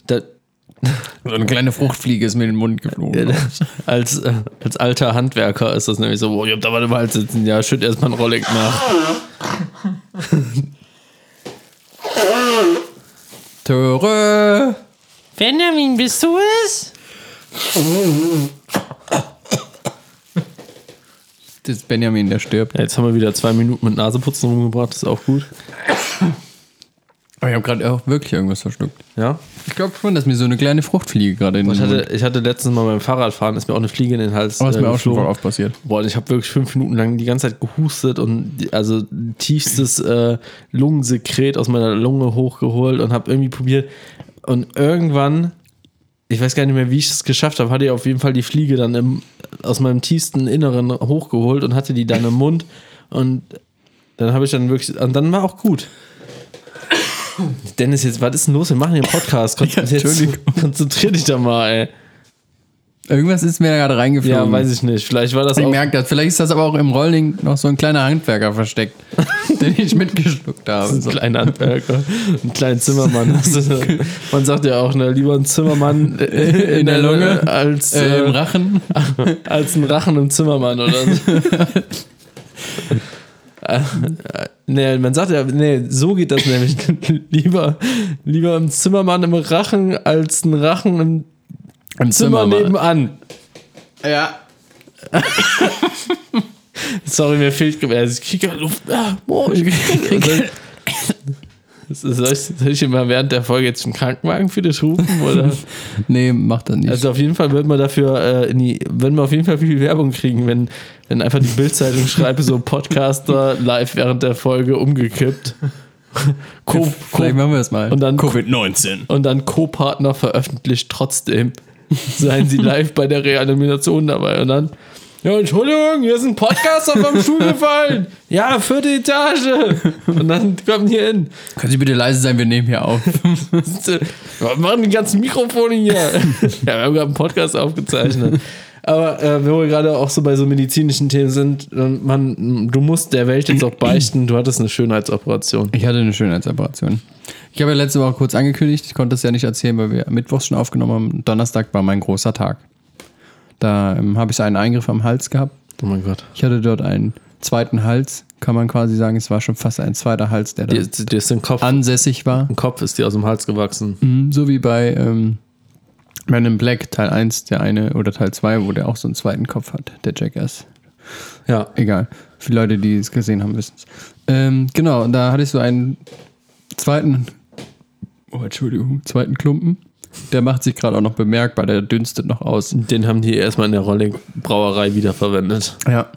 Da,
So eine kleine Fruchtfliege ist mir in den Mund geflogen.
als, äh, als alter Handwerker ist das nämlich so, oh, ich hab da mal im Hals sitzen, ja, schütt erstmal ein Rolling nach.
Töre!
Benjamin, bist du es?
Das ist Benjamin, der stirbt.
Ja, jetzt haben wir wieder zwei Minuten mit Naseputzen rumgebracht, das ist auch gut.
Aber ich habe gerade auch wirklich irgendwas verschluckt.
Ja.
Ich glaube schon, dass mir so eine kleine Fruchtfliege gerade in den
Ich
Mund
hatte, ich hatte letztens mal beim Fahrradfahren, ist mir auch eine Fliege in den Hals.
Aber ist
äh,
mir auch schon
geflogen.
voll oft passiert.
Boah, und ich habe wirklich fünf Minuten lang die ganze Zeit gehustet und die, also tiefstes äh, Lungensekret aus meiner Lunge hochgeholt und habe irgendwie probiert. Und irgendwann, ich weiß gar nicht mehr, wie ich es geschafft habe, hatte ich auf jeden Fall die Fliege dann im, aus meinem tiefsten Inneren hochgeholt und hatte die dann im Mund. Und dann habe ich dann wirklich, und dann war auch gut. Dennis, jetzt, was ist denn los? Wir machen hier einen Podcast. Kon jetzt,
Entschuldigung.
konzentrier dich da mal, ey.
Äh, Irgendwas ist mir da gerade
Ja,
reingeflogen.
weiß ich nicht. Vielleicht war das
Hm. ich
auch.
merke das. Vielleicht ist das aber auch im Rolling noch so ein kleiner Handwerker versteckt, den ich mitgeschluckt habe.
Ein kleiner Handwerker, ein kleiner Zimmermann. Also, man sagt ja auch, ne, lieber ein Zimmermann in,
der Lunge?
als,
Äh, Im
äh,
Rachen.
als ein Rachen im Zimmermann oder so. Äh, äh, Nee, man sagt ja, nee, so geht das nämlich. lieber, lieber ein Zimmermann im Rachen als ein Rachen im
Im
Zimmer
Zimmermann.
nebenan.
Ja.
Sorry, mir fehlt also ich kriege ja Luft. Ah, boah, ich kriege. Soll ich, soll ich immer während der Folge jetzt einen Krankenwagen für dich rufen? Oder?
Nee, macht er nicht.
Also auf jeden Fall wird man dafür äh, in die, werden wir auf jeden Fall viel Werbung kriegen, wenn, wenn einfach die Bildzeitung schreibt, so Podcaster live während der Folge umgekippt. Co
Vielleicht
Co
machen wir das mal.
und dann
Covid-19.
und dann Co-Partner veröffentlicht trotzdem. Seien sie live bei der Reanimation dabei und dann. Ja, Entschuldigung, hier ist ein Podcaster vom Stuhl gefallen. Ja, vierte Etage. Und dann kommen die hin.
Können Sie bitte leise sein, wir nehmen hier auf.
Wir machen die ganzen Mikrofone hier. ja, wir haben gerade einen Podcast aufgezeichnet. Aber äh, wenn wir gerade auch so bei so medizinischen Themen sind, dann man, du musst der Welt jetzt auch beichten, du hattest eine Schönheitsoperation.
Ich hatte eine Schönheitsoperation. Ich habe ja letzte Woche kurz angekündigt, ich konnte es ja nicht erzählen, weil wir mittwochs schon aufgenommen haben. Donnerstag war mein großer Tag. Da ähm, habe ich einen Eingriff am Hals gehabt.
Oh mein Gott.
Ich hatte dort einen zweiten Hals, kann man quasi sagen. Es war schon fast ein zweiter Hals, der da
Dir, ist- dir ist ein Kopf,
ansässig war.
ein Kopf ist dir aus dem Hals gewachsen.
Mhm, So wie bei ähm, Man in Black Teil 1, der eine oder Teil 2, wo der auch so einen zweiten Kopf hat, der Jackass.
Ja.
Egal. Für die Leute, die es gesehen haben, wissen es. Ähm, genau, da hatte ich so einen zweiten, oh, Entschuldigung, zweiten Klumpen. Der macht sich gerade auch noch bemerkbar, der dünstet noch aus.
Den haben die erstmal in der Rolling Brauerei wiederverwendet.
Ja.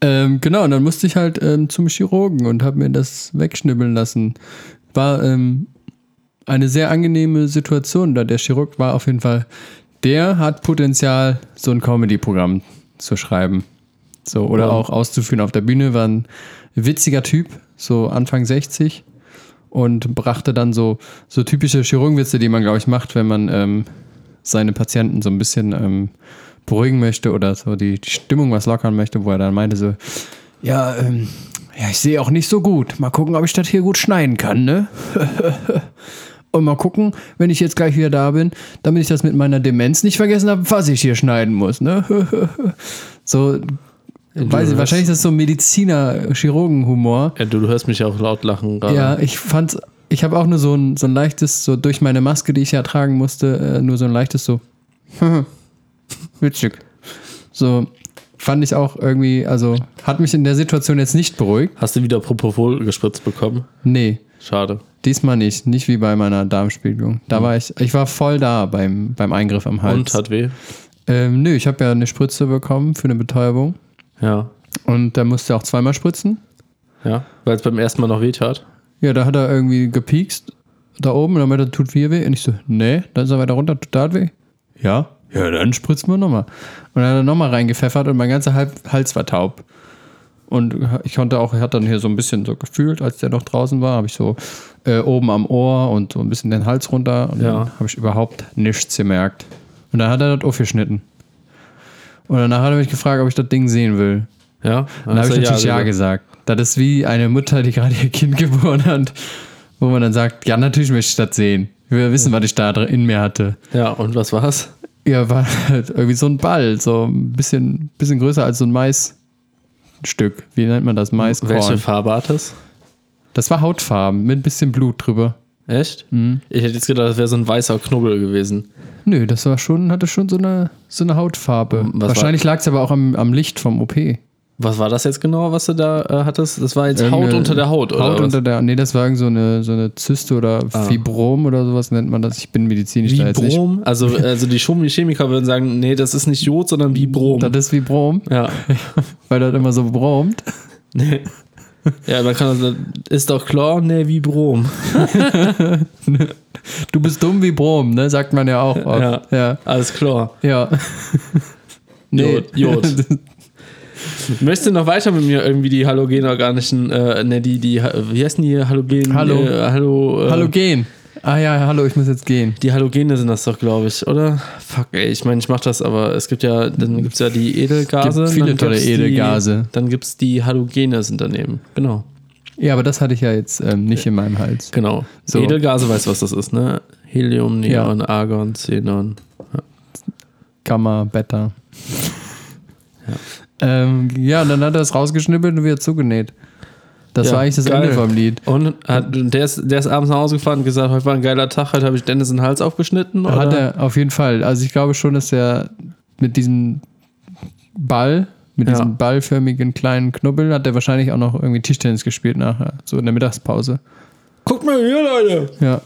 Ähm, genau, und dann musste ich halt ähm, zum Chirurgen und habe mir das wegschnibbeln lassen. War ähm, eine sehr angenehme Situation, da der Chirurg war auf jeden Fall, der hat Potenzial, so ein Comedy-Programm zu schreiben. So, oder
Ja.
auch auszuführen auf der Bühne, war ein witziger Typ, so Anfang 60 und brachte dann so, so typische Chirurgenwitze, die man, glaube ich, macht, wenn man ähm, seine Patienten so ein bisschen ähm, beruhigen möchte oder so die, die Stimmung was lockern möchte, wo er dann meinte so, ja, ähm, ja, ich sehe auch nicht so gut. Mal gucken, ob ich das hier gut schneiden kann, ne? Und mal gucken, wenn ich jetzt gleich wieder da bin, damit ich das mit meiner Demenz nicht vergessen habe, was ich hier schneiden muss, ne? so, weiß ich, wahrscheinlich ist das so Mediziner-Chirurgen-Humor.
Ja, du, du hörst mich auch laut lachen gerade.
Ja, ich fand, ich habe auch nur so ein, so ein leichtes, so durch meine Maske, die ich ja tragen musste, äh, nur so ein leichtes so. Witzig. So fand ich auch irgendwie, also hat mich in der Situation jetzt nicht beruhigt.
Hast du wieder Propofol gespritzt bekommen?
Nee,
Schade.
diesmal nicht. Nicht wie bei meiner Darmspiegelung. Da war ich, ich war voll da beim, beim Eingriff am Hals.
Hm. Und hat weh?
ähm, nö, ich habe ja eine Spritze bekommen für eine Betäubung.
Ja.
Und da musste er auch zweimal spritzen.
Ja. Weil es beim ersten Mal noch weh tat.
Ja, da hat er irgendwie gepiekst, da oben, und dann meinte er, tut mir weh. Und ich so, nee, dann ist er weiter runter, tut da weh. Ja, ja, dann spritzen wir nochmal. Und dann hat er nochmal reingepfeffert und mein ganzer Halb- Hals war taub. Und ich konnte auch, er hat dann hier so ein bisschen so gefühlt, als der noch draußen war, habe ich so äh, oben am Ohr und so ein bisschen den Hals runter. Und
Ja.
dann habe ich überhaupt nichts gemerkt. Und dann hat er das aufgeschnitten. Und danach hat er mich gefragt, ob ich das Ding sehen will.
Also, Ja.
Dann habe ich natürlich ja, gesagt. Das ist wie eine Mutter, die gerade ihr Kind geboren hat, wo man dann sagt, ja, natürlich möchte ich das sehen. Wir wissen, was ich da drin- in mir hatte.
Ja, und was war's?
Ja, war halt irgendwie so ein Ball, so ein bisschen, bisschen größer als so ein Maisstück. Wie nennt man das?
Hm, Welche
Maiskorn.
Farbe hat es?
Das war Hautfarben mit ein bisschen Blut drüber.
Echt?
Mhm.
Ich hätte jetzt gedacht, das wäre so ein weißer Knubbel gewesen.
Nö, das war schon, hatte schon so eine, so eine Hautfarbe.
Hm, was war-
Wahrscheinlich lag es aber auch am, am Licht vom OP.
Was war das jetzt genau, was du da äh, hattest? Das war jetzt Haut
Irgendeine-
unter der Haut, oder?
Haut
was? Ah.
unter der Nee, das war irgend so eine, so eine Zyste oder Fibrom oder sowas nennt man das. Ich bin medizinisch da jetzt nicht.
Vibrom? Also, also die Chemie- Chemiker würden sagen, nee, das ist nicht Jod, sondern Vibrom.
Das ist Vibrom,
ja.
weil das immer so brummt.
Nee. Ja, man kann also, ist doch Chlor, nee, Vibrom.
Du bist dumm wie Brom, ne? Sagt man ja auch oft. Ja.
Alles Chlor.
Ja. Nee.
Jod. Jod. Möchtest du noch weiter mit mir irgendwie die halogenorganischen, äh, ne, die, die, wie heißen die Halogen?
Hallo.
Äh, Hallo. Äh,
hallo, gehen. Ah ja, hallo, ich muss jetzt gehen.
Die Halogene sind das doch, glaube ich, oder? Fuck, ey, ich meine, ich mach das, aber es gibt ja, dann gibt's ja die Edelgase.
Gibt viele
dann
tolle
gibt's
Edelgase.
Die, dann gibt's die Halogene sind daneben. Genau.
Ja, aber das hatte ich ja jetzt ähm, nicht in meinem Hals.
Genau.
So.
Edelgase weißt du, was das ist, ne? Helium, Neon, Argon, Xenon.
Gamma, Beta. Ja, ähm, ja und dann hat er es rausgeschnippelt und wieder zugenäht. Das
Ja,
war eigentlich das
geil.
Ende vom Lied.
Und hat, der, ist, der ist abends nach Hause gefahren und gesagt, heute war ein geiler Tag, heute habe ich Dennis den Hals aufgeschnitten.
Hat
oder?
er, auf jeden Fall. Also ich glaube schon, dass er mit diesem Ball, mit
Ja.
diesem ballförmigen kleinen Knubbel, hat er wahrscheinlich auch noch irgendwie Tischtennis gespielt nachher, so in der Mittagspause.
Guckt mal hier, Leute.
Ja.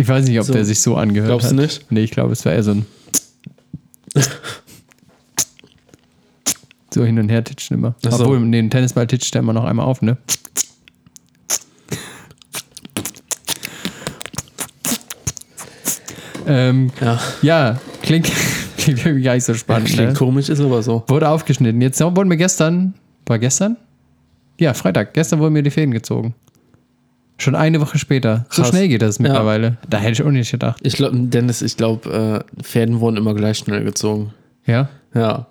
Ich weiß nicht, ob
So.
der sich so angehört
Glaubst
hat.
du nicht?
Nee, ich glaube, es war eher so ein so hin und her titschen immer.
Ach so.
Obwohl, nee, den Tennisball titscht er immer noch einmal auf, ne? Ähm,
Ja.
ja, klingt, klingt irgendwie gar nicht so spannend.
Klingt
ne?
komisch, ist aber so.
Wurde aufgeschnitten. Jetzt wurden mir gestern, war gestern? Ja, Freitag. Gestern wurden mir die Fäden gezogen. Schon eine Woche später. So
Krass.
schnell geht das mittlerweile. Da hätte ich auch nicht gedacht.
Ich glaube, Dennis, ich glaube, äh, Fäden wurden immer gleich schnell gezogen.
Ja?
Ja.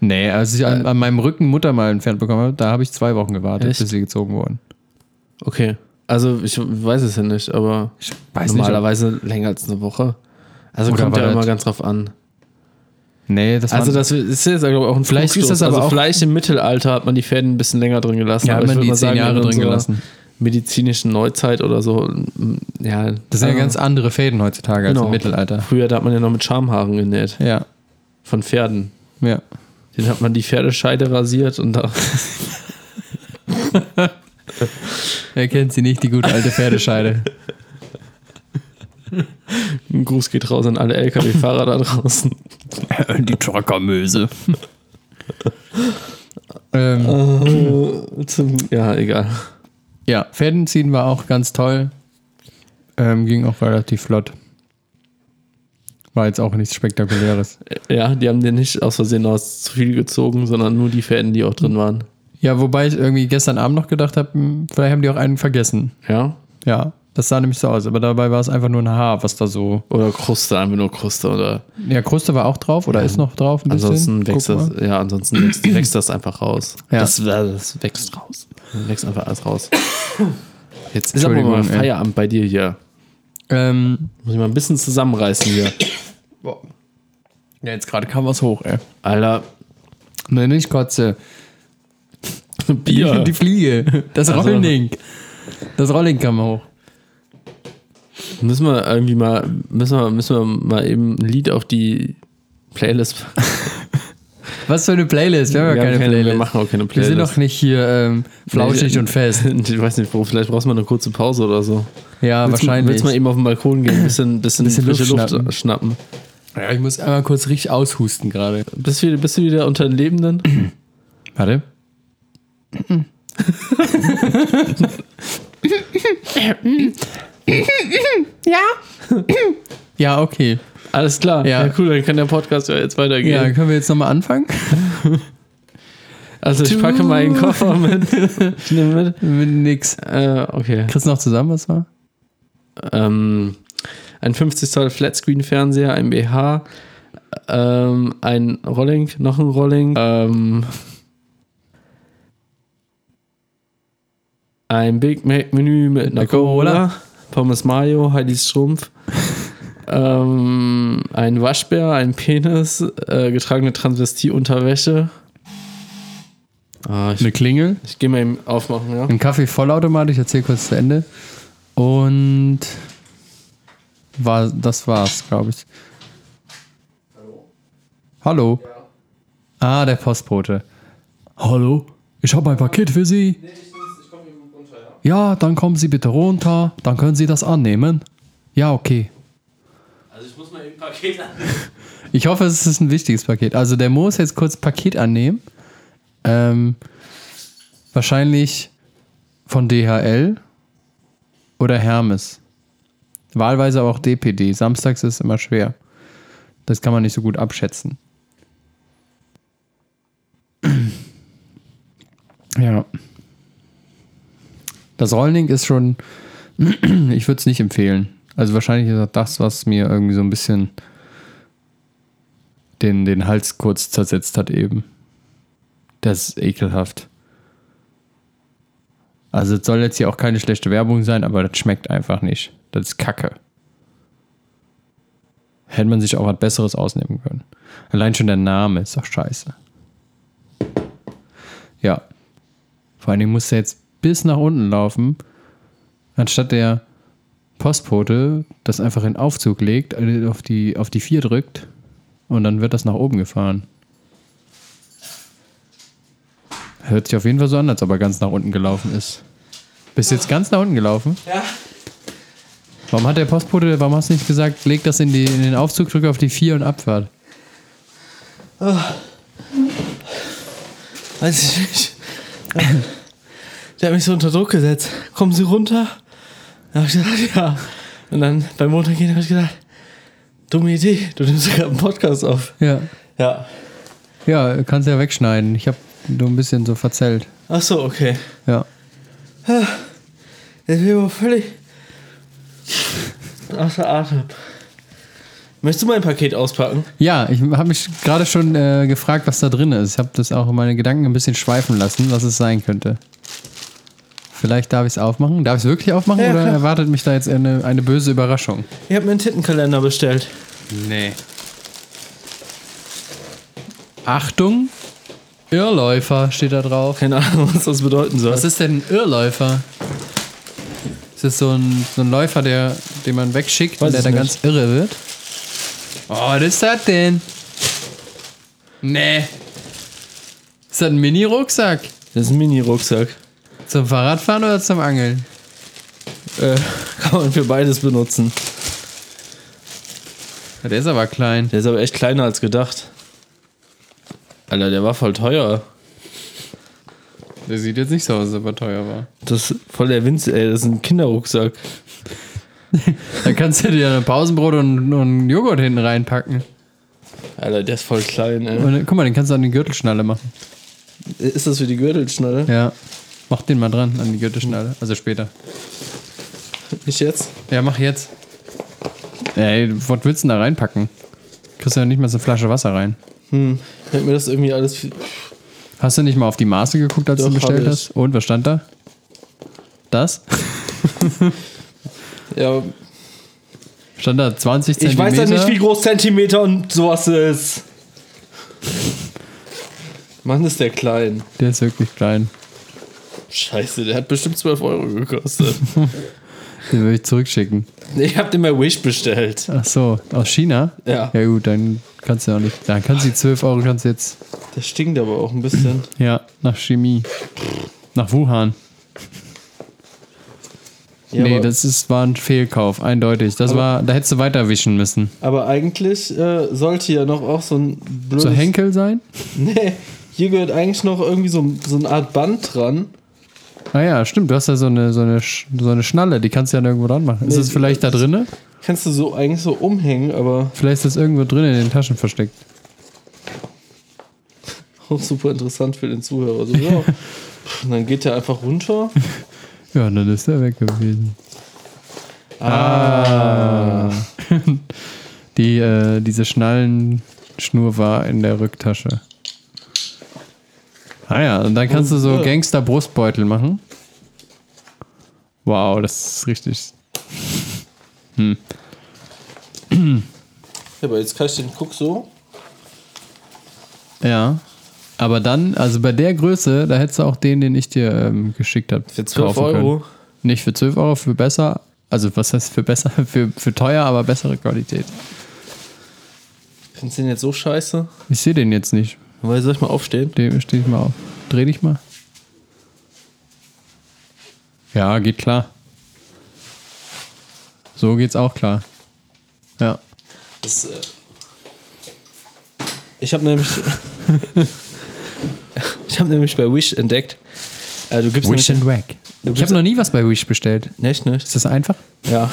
Nee, als ich an, an meinem Rücken Muttermal entfernt bekommen habe, da habe ich zwei Wochen gewartet,
Äh. Echt?
bis sie gezogen wurden.
Okay. Also ich weiß es ja nicht, aber
Ich weiß
normalerweise länger als eine Woche. Also
Oder
kommt
war
ja immer
das-
ganz drauf an.
ob, Nee, das
Also
waren-
das ist jetzt glaub ich, auch ein
Vielleicht ist das
Flugstoß.
aber
also
auch-
vielleicht im Mittelalter hat man die Fäden ein bisschen länger drin gelassen.
ja,
aber
hat
ich
man
würd
die
mal
zehn
sagen,
Jahre
in
drin
unserer
gelassen.
Medizinischen Neuzeit oder so. m, Ja,
Das sind ja
also,
ganz andere Fäden heutzutage als
genau.
im Mittelalter.
Früher da hat man ja noch mit Schamhaaren genäht
Ja,
von Pferden.
ja.
Den hat man die Pferdescheide rasiert und da.
Wer kennt sie nicht, die gute alte Pferdescheide?
Ein Gruß geht raus an alle LKW-Fahrer da draußen.
die Truckermöse. ähm,
Äh.
Äh,
Zum, ja, egal.
Ja, Fäden ziehen war auch ganz toll. Ähm, ging auch relativ flott. War jetzt auch nichts Spektakuläres.
Ja, die haben den nicht aus Versehen aus zu viel gezogen, sondern nur die Fäden, die auch drin waren.
Ja, wobei ich irgendwie gestern Abend noch gedacht habe, hm, vielleicht haben die auch einen vergessen.
Ja?
Ja, das sah nämlich so aus. Aber dabei war es einfach nur ein Haar, was da so.
Oder Kruste, einfach nur Kruste. Oder
Ja, Kruste war auch drauf oder ist noch drauf ein bisschen.
ansonsten wächst
Guck
das,
mal.
ja, ansonsten wächst, wächst das einfach raus.
Ja.
Das, das wächst raus. Das wächst einfach alles raus. Jetzt ist aber mal
Entschuldigung, ey.
Feierabend bei dir hier.
Ähm,
Muss ich mal ein bisschen zusammenreißen hier.
ja, jetzt gerade kam was hoch, ey.
Alter,
Nee, nicht Kotze.
Bier.
Die Fliege. Das
Also-
Rolling. Das Rolling kam hoch.
Müssen wir irgendwie mal, müssen wir, müssen wir mal eben ein Lied auf die Playlist.
Was für eine Playlist? Wir haben ja,
Wir haben
keine,
keine- wir
Playlist.
machen auch keine
Wir sind
Playlist.
doch nicht hier ähm, flauschig
Nee,
und fest.
Ich weiß nicht, vielleicht brauchst du mal eine kurze Pause oder so.
Ja,
Willst du-
wahrscheinlich.
Willst du mal eben auf den Balkon gehen, ein bisschen, bisschen,
Bisschen
frische Luft
Luft
schnappen.
ja, ich muss einmal kurz richtig aushusten gerade.
Bist, du, bist du wieder unter den Lebenden?
Warte.
Ja?
Ja, okay.
Alles klar.
Ja.
cool, dann kann der Podcast ja jetzt weitergehen.
Ja, können wir jetzt nochmal anfangen?
also ich packe meinen Koffer mit. ich nehme mit.
Mit nix.
Äh, okay.
Kriegst du noch zusammen, was war?
Ähm, ein 50 Zoll Flatscreen-Fernseher, ein BH, ähm, ein Rolling, noch ein Rolling, ähm, ein Big Mac-Menü mit einer
Eine Cola.
Cola, Pommes Mayo, Heidis Strumpf, ähm, ein Waschbär, ein Penis, äh, getragene Transvestie-Unterwäsche. Ah, ich
Eine Klingel.
ich gehe mal eben aufmachen, ja.
Ein Kaffee vollautomatisch, erzähl kurz zu Ende. Und war, das war's, glaube ich. Hallo. Hallo. Ah, der Postbote. Hallo, ich habe ein Paket für Sie. Ja, dann kommen Sie bitte runter, dann können Sie das annehmen. Ja, okay.
Also ich muss mal eben Paket an.
Ich hoffe, es ist ein wichtiges Paket. Also der Mo ist jetzt kurz Paket annehmen. Ähm, wahrscheinlich von DHL oder Hermes. Wahlweise aber auch DPD. Samstags ist immer schwer. Das kann man nicht so gut abschätzen. Ja. Das Rolling ist schon, ich würde es nicht empfehlen. Also wahrscheinlich ist das, was mir irgendwie so ein bisschen den, den Hals kurz zersetzt hat eben. Das ist ekelhaft. Also es soll jetzt hier auch keine schlechte Werbung sein, aber das schmeckt einfach nicht. Das ist Kacke. Hätte man sich auch was Besseres ausnehmen können. Allein schon der Name ist doch scheiße. Ja. Vor allen Dingen musste er jetzt bis nach unten laufen, anstatt der Postbote das einfach in Aufzug legt, also auf die, auf die 4 drückt und dann wird das nach oben gefahren. Hört sich auf jeden Fall so an, als ob er ganz nach unten gelaufen ist. Bist du jetzt ganz nach unten gelaufen? Ja. Warum hat der Postbote, warum hast du nicht gesagt, leg das in, die, in den Aufzug, drück auf die 4 und Abfahrt?
Weiß ich nicht. Der hat mich so unter Druck gesetzt. Kommen Sie runter? Dann habe ich gesagt, ja. Und dann beim Montag gehen habe ich gedacht, Dumme Idee, du nimmst sogar einen Podcast auf.
Ja.
Ja.
Ja, kannst ja wegschneiden. Ich habe nur ein bisschen so verzählt.
Ach so, okay.
Ja.
Jetzt bin ich aber völlig außer Atem. Möchtest du mein Paket auspacken?
Ja, ich habe mich gerade schon äh, gefragt, was da drin ist. Ich habe das auch in meine Gedanken ein bisschen schweifen lassen, was es sein könnte. Vielleicht darf ich es aufmachen. Darf ich es wirklich aufmachen
Ja,
oder
klar.
erwartet mich da jetzt eine, eine böse Überraschung?
Ich habe mir einen Tittenkalender bestellt.
Nee. Achtung, Irrläufer steht da drauf.
Keine Ahnung, was das bedeuten soll.
Was ist denn ein Irrläufer? Ist das so ein, so ein Läufer, der, den man wegschickt
Weiß
und der
es
dann
nicht.
ganz irre wird? Oh, was ist das denn? Nee. Ist das ein Mini-Rucksack?
Das ist ein Mini-Rucksack.
Zum Fahrradfahren oder zum Angeln?
Äh, kann man für beides benutzen.
Ja, Der ist aber klein.
Der ist aber echt kleiner als gedacht. Alter, der war voll teuer.
Der sieht jetzt nicht so aus, als ob er teuer war.
Das ist voll der Winz, ey, das ist ein Kinderrucksack.
Da kannst du dir ein Pausenbrot und, und einen Joghurt hinten reinpacken.
Alter, der ist voll klein, ey.
Und, äh, guck mal, den kannst du an die Gürtelschnalle machen.
Ist das für die Gürtelschnalle?
Ja. Mach den mal dran, an die Gürtelschnalle. Also später.
Nicht jetzt?
Ja, mach jetzt. Ey, was willst du denn da reinpacken? Kriegst du ja nicht mal so eine Flasche Wasser rein.
Hm. Ich hab mir das irgendwie alles. viel-
Hast du nicht mal auf die Maße geguckt, als
Doch,
du bestellt
hab ich.
hast? Und was stand da? Das?
Ja,
Stand da 20
ich
Zentimeter?
weiß ja nicht, wie groß Zentimeter und sowas ist. Mann, ist der klein.
Der ist wirklich klein.
Scheiße, der hat bestimmt 12 Euro gekostet.
Den würde ich zurückschicken.
ich hab den bei Wish bestellt.
Ach so, aus China?
Ja.
Ja gut, dann kannst du ja auch nicht. Dann kannst du die 12 Euro kannst du jetzt.
Das stinkt aber auch ein bisschen.
Ja, nach Chemie. Nach Wuhan.
Ja,
nee,
aber,
das ist, war ein Fehlkauf, eindeutig. Das
Aber-
war, da hättest du weiterwischen müssen.
aber eigentlich äh, sollte ja noch auch so ein blödes.
Soll Henkel sein?
Nee, hier gehört eigentlich noch irgendwie so, ein- so eine Art Band dran.
Ah ja, stimmt. Du hast ja so eine, so eine, Sch- so eine Schnalle, die kannst du ja dann irgendwo dran machen. Ist
Nee,
es vielleicht da drinne?
Kannst du so eigentlich so umhängen, aber
Vielleicht ist das irgendwo drin in den Taschen versteckt.
auch super interessant für den Zuhörer. So, ja. Und dann geht der einfach runter.
Ja, dann ist der weg gewesen. Ah. die, äh, diese Schnallenschnur war in der Rücktasche. Ah ja, und dann kannst du so
Ja.
Gangster-Brustbeutel machen. Wow, das ist richtig.
Ja, aber jetzt kann ich den guck so.
Ja. Aber dann, also bei der Größe, da hättest du auch den, den ich dir ähm, geschickt habe.
Für 12 Euro.
Nicht für 12 Euro, für besser. Also was heißt für besser? Für, für teuer, aber bessere Qualität.
Findest du den jetzt so scheiße?
Ich sehe den jetzt nicht.
Weil soll ich mal aufstehen?
Den steh ich mal auf. Dreh dich mal. Ja, geht klar. So geht's auch klar. Ja.
Das, äh ich habe nämlich. ich habe nämlich bei Wish entdeckt. Äh, du gibst nämlich,
Wack.
Du
Ich habe
bist-
noch nie was bei Wish bestellt.
Nicht, nicht?
Ist das einfach?
Ja.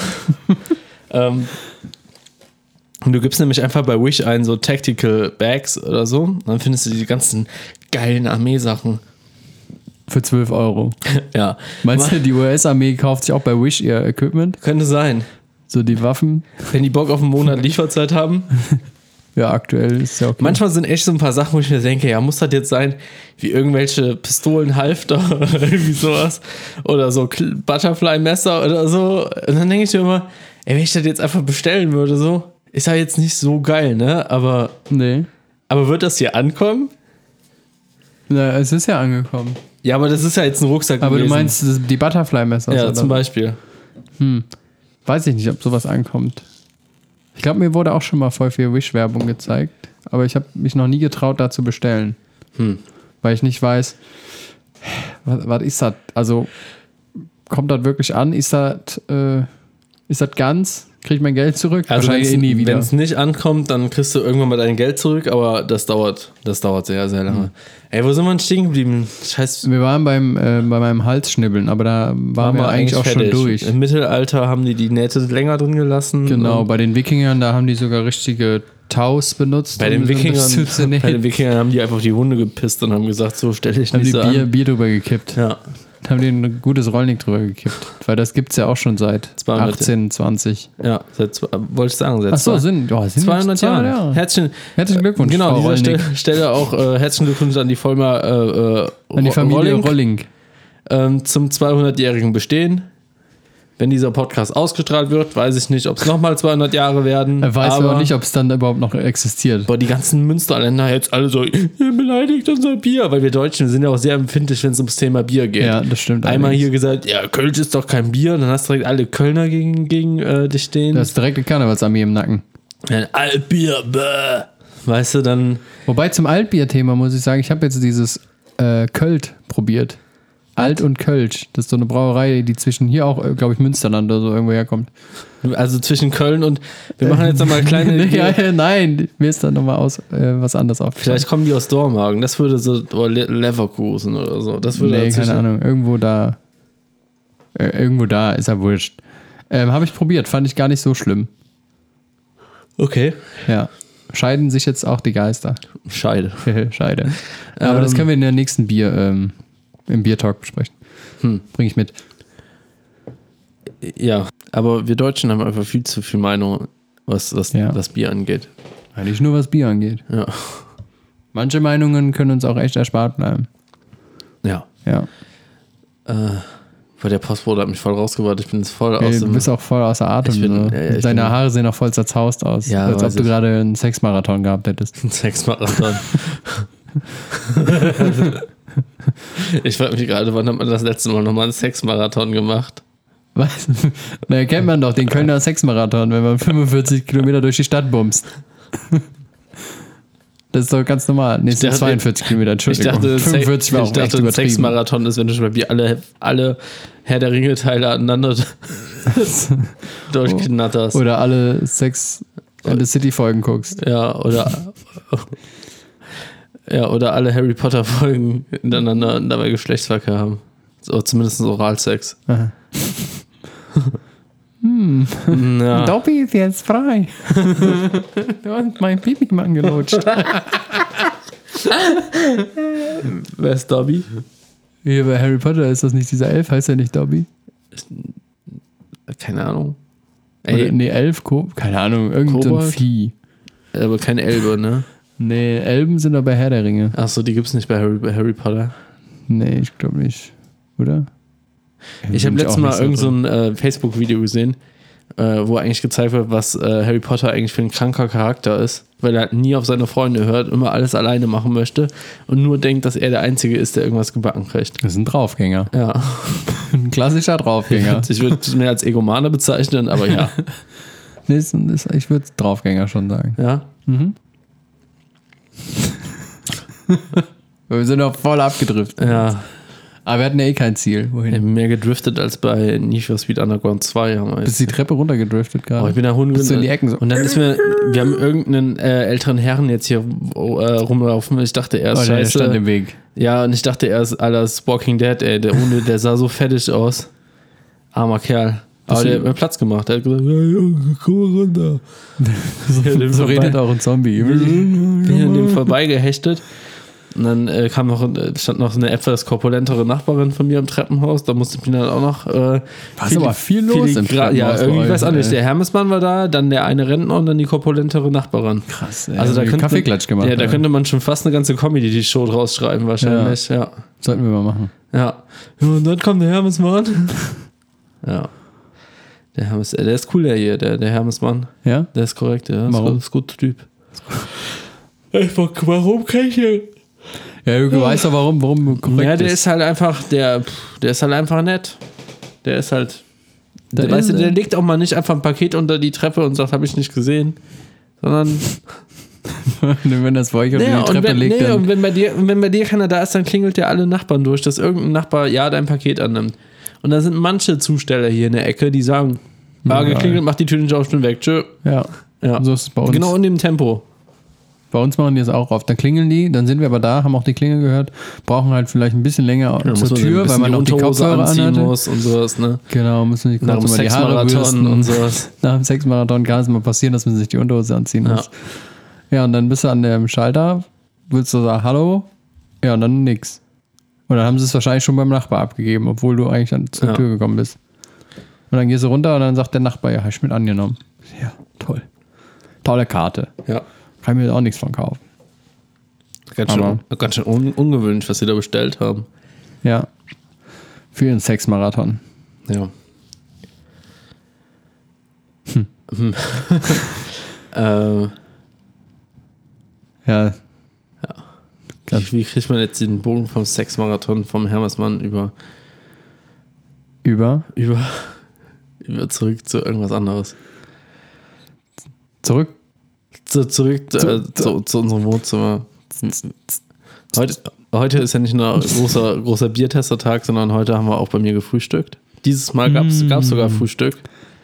ähm, und du gibst nämlich einfach bei Wish ein, so Tactical Bags oder so. und Dann findest du die ganzen geilen Armeesachen.
Für 12 Euro.
ja.
Meinst
Ma-
du, die US-Armee kauft sich auch bei Wish ihr Equipment?
Könnte sein.
So die Waffen?
Wenn die Bock auf einen Monat Lieferzeit haben.
Ja, aktuell ist ja okay.
Manchmal sind echt so ein paar Sachen, wo ich mir denke, ja, muss das jetzt sein, wie irgendwelche Pistolenhalfter oder irgendwie sowas oder so Kl- Butterfly-Messer oder so. Und dann denke ich mir immer, ey, wenn ich das jetzt einfach bestellen würde, so, ist ja jetzt nicht so geil, ne? Aber,
nee.
aber wird das hier ankommen?
Na, es ist ja angekommen.
Ja, aber das ist ja jetzt ein Rucksack
Aber
gewesen.
du meinst das- die Butterfly-Messer?
ja,
oder?
zum Beispiel.
Weiß ich nicht, ob sowas ankommt. Ich glaube, mir wurde auch schon mal voll viel Wish-Werbung gezeigt. Aber ich habe mich noch nie getraut, da zu bestellen.
Hm.
Weil ich nicht weiß, was, was ist das? Also, kommt das wirklich an? Ist das äh, ist das ganz? Krieg ich mein Geld zurück?
Also
Wahrscheinlich eh nie
Wenn
wieder.
es nicht ankommt, dann kriegst du irgendwann mal dein Geld zurück, aber das dauert, das dauert sehr, sehr lange. Ey, wo sind wir denn stehen geblieben? Scheiß,
Wir Mhm. waren beim, äh, bei meinem Halsschnibbeln, aber da waren, wir eigentlich auch schon
fertig.
durch.
Im Mittelalter haben die die Nähte länger drin gelassen.
Genau,
Und
bei den Wikingern, da haben die sogar richtige Taus benutzt.
Bei
um
den,
so ein bisschen zu
Wikingern, bei den
nähen.
Wikingern haben die einfach die Hunde gepisst und haben gesagt, so stell dich
haben
nicht
die
so
Bier,
an.
Bier drüber gekippt.
Ja,
Haben die ein gutes Rollnick drüber gekippt. Weil das gibt's ja auch schon seit
200.
18, 20.
ja, seit, zwei- wollte ich sagen, seit
Ach so,
zwei-
sind, oh, sind
200 Jahren.
Jahre.
Herzlichen,
Herzlichen Glückwunsch,
genau,
Frau
an dieser
Rollnick.
Stelle, Stelle auch äh, herzlichen Glückwunsch an die Vollmer äh, äh,
An die
Ro-
Familie
Rolling.
Rolling.
ähm, zum 200-jährigen Bestehen. Wenn dieser Podcast ausgestrahlt wird, weiß ich nicht, ob es nochmal 200 Jahre werden.
Er Äh, weiß aber
aber
auch nicht, ob es dann überhaupt noch existiert.
Boah, die ganzen Münsterländer jetzt alle so, ihr beleidigt unser Bier. Weil wir Deutschen sind ja auch sehr empfindlich, wenn es ums Thema Bier geht.
Ja, das stimmt.
Einmal
allerdings.
hier gesagt, ja, Kölsch ist doch kein Bier. Und dann hast du direkt alle Kölner gegen, gegen äh, dich stehen.
Da ist direkt eine Karnevalsarmee im Nacken.
Ein Altbier, bäh. Weißt du, dann
Wobei zum Altbier-Thema muss ich sagen, ich habe jetzt dieses äh, Költ probiert. Alt und Kölsch. Das ist so eine Brauerei, die zwischen hier auch, glaube ich, Münsterland oder so irgendwo herkommt.
Also zwischen Köln und wir machen jetzt nochmal kleine.
ja, ja, nein, mir ist da nochmal aus, äh, was anderes aufgefallen.
Vielleicht kommen die aus Dormagen. Das würde so oder Le- Leverkusen oder so. Das würde
Nee,
dazwischen-
keine Ahnung. Irgendwo da. Äh, irgendwo da, ist ja wurscht. Ähm, habe ich probiert, fand ich gar nicht so schlimm.
Okay.
Ja. Scheiden sich jetzt auch die Geister.
Scheide.
Scheide. Aber das können wir in der nächsten Bier, ähm, im Biertalk besprechen. Hm. Bring ich mit.
Ja, aber wir Deutschen haben einfach viel zu viel Meinung, was, was,
Ja.
was Bier angeht.
Eigentlich nur was Bier angeht.
Ja.
Manche Meinungen können uns auch echt erspart bleiben.
Ja.
Ja.
Weil der Postbote hat mich voll rausgebracht. Ich bin jetzt voll aus
Ey, du
dem.
bist auch voll außer Atem.
Ich
so.
bin- ja, ja, ich
Deine
bin-
Haare sehen auch voll zerzaust aus.
Ja,
als ob
weiß
du
ich.
gerade einen Sexmarathon gehabt hättest.
Sexmarathon. ich frage mich gerade, wann hat man das letzte Mal nochmal einen Sexmarathon gemacht?
Was? Na, kennt man doch, den Kölner Sexmarathon, wenn man 45 Kilometer durch die Stadt bumst. Das ist doch ganz normal. Nee, es sind
dachte-
42 Kilometer,
Ich
Entschuldigung.
dachte,
45 war auch
ich dachte
echt
ein
übertrieben.
Sexmarathon ist, wenn du schon mal wie alle, alle Herr der Ringe-Teile aneinander durchknatterst.
Oder alle Sex and the City Folgen guckst.
Ja, oder. ja, oder alle Harry Potter-Folgen hintereinander und dabei Geschlechtsverkehr haben. So, zumindest Oralsex. hm. Ja.
Dobby ist jetzt frei. du hast mein Babymann gelutscht.
Wer ist Dobby?
Hier bei Harry Potter ist das nicht dieser Elf, heißt er nicht Dobby?
Keine Ahnung.
Oder,
Ey,
nee, Elf, Ko keine Ahnung, irgendein
Kobold?
Vieh.
aber kein Elbe, ne?
Nee, Elben sind aber Herr der Ringe.
Achso, die gibt's nicht bei Harry, bei Harry Potter.
Nee, ich glaube nicht. Oder?
Ich habe
Bin
letztes
auch
Mal
nicht so
irgend so
drin.
ein äh, Facebook-Video gesehen, äh, wo eigentlich gezeigt wird, was äh, Harry Potter eigentlich für ein kranker Charakter ist, weil er halt nie auf seine Freunde hört, immer alles alleine machen möchte und nur denkt, dass er der Einzige ist, der irgendwas gebacken kriegt.
Das ist ein Draufgänger.
Ja,
Ein klassischer Draufgänger.
ich würde es mehr als Egomane bezeichnen, aber ja.
nee, ist, ein- ist, ich würde Draufgänger schon sagen.
ja.
Wir sind doch voll abgedriftet.
Ja,
Aber wir hatten ja eh kein Ziel.
ich
Wohin?
bin mehr gedriftet als bei Need for Speed Underground 2. Haben wir
Bist
jetzt.
die Treppe runtergedriftet
Oh, ich
gerade.
bin da Oh,
Bist du in die
Hunde.
Ecken so.
Und dann ist mir, wir haben irgendeinen äh, älteren Herrn jetzt hier oh, äh, rumlaufen. Ich dachte erst,
Oh, der
scheiße.
stand im Weg.
Ja, und ich dachte erst, Alter, das ist Walking Dead, ey, der Hunde, der sah so fettig aus. Armer Kerl. Aber
Das-
der hat mir Platz gemacht. Der hat gesagt, ja, ja, komm mal runter. Ja, dem
So
vorbei-
redet auch ein Zombie.
bin hier an dem vorbeigehechtet. Und dann äh, kam noch, äh, stand noch eine etwas korpulentere Nachbarin von mir im Treppenhaus. Da musste ich mir dann auch noch. Äh,
Was, aber viel los im
Gra- Ja,
Treppenhaus bei
irgendwie
euch,
weiß auch nicht.
ey.
Der Hermesmann war da, dann der eine Rentner und dann die korpulentere Nachbarin.
Krass, ey.
Also da
Haben die
könnte,
Kaffeeklatsch gemacht.
Ja, da
ey.
könnte man schon fast eine ganze Comedy-Show draus schreiben, wahrscheinlich. ja.
Sollten wir mal machen.
Ja. ja und dann kommt der Hermesmann. ja. Der Hermes, äh, der ist cool, der hier, der, der Hermesmann.
Ja?
Der ist korrekt, ja. Ist,
Warum?
gut- ist guter Typ. Einfach, warum kann ich hier?
Ja, Jürgen weiß doch, warum, warum du korrekt
Ja, der
bist.
ist halt einfach, der, pff, der ist halt einfach nett. Der ist halt. Der,
Der
weißt
ist,
du, der
äh,
legt auch mal nicht einfach ein Paket unter die Treppe und sagt, habe ich nicht gesehen. Sondern.
wenn das Feuch unter
Nee,
die
und,
Treppe
wenn,
legt,
nee, und
dann.
wenn, bei dir, und wenn bei dir keiner da ist, dann klingelt ja alle Nachbarn durch, dass irgendein Nachbar ja dein Paket annimmt. Und da sind manche Zusteller hier in der Ecke, die sagen, Ah,
Ja,
geklingelt, macht die Tür nicht auf, ich bin weg. Tschö.
Ja.
Ja.
Und so ist es bei uns.
Genau in dem Tempo.
Bei uns machen die es auch auf. Dann klingeln die, dann sind wir aber da, haben auch die Klingel gehört, brauchen halt vielleicht ein bisschen länger zur Tür, weil man noch die Kopfhörer anhatte.
muss und sowas, ne?
Genau, müssen die
Nach dem
kurz mal die Haare bürsten
Sexmarathon und
und
sowas.
Nach dem Sexmarathon kann es mal passieren, dass man sich die Unterhose anziehen
Ja.
muss. Ja, und dann bist du an dem Schalter, willst du sagen Hallo, ja, und dann nix. Und dann haben sie es wahrscheinlich schon beim Nachbar abgegeben, obwohl du eigentlich an, zur
Ja.
Tür gekommen bist. Und dann gehst du runter und dann sagt der Nachbar, ja, hab ich mit angenommen. Ja, toll. Tolle Karte.
Ja.
Kann ich mir auch nichts von kaufen.
Ganz schön, ganz schön un ungewöhnlich, was sie da bestellt haben.
Ja. Für ihren Sexmarathon.
Ja. Hm. ähm,
Ja,
wie, wie kriegt man jetzt den Bogen vom Sexmarathon vom Hermesmann über,
über.
über, über zurück zu irgendwas anderes?
Zurück.
Zu, zurück zu, äh, zu, zu unserem Wohnzimmer. Heute, heute ist ja nicht nur großer, großer Biertestertag, sondern heute haben wir auch bei mir gefrühstückt. Dieses Mal gab es sogar Frühstück.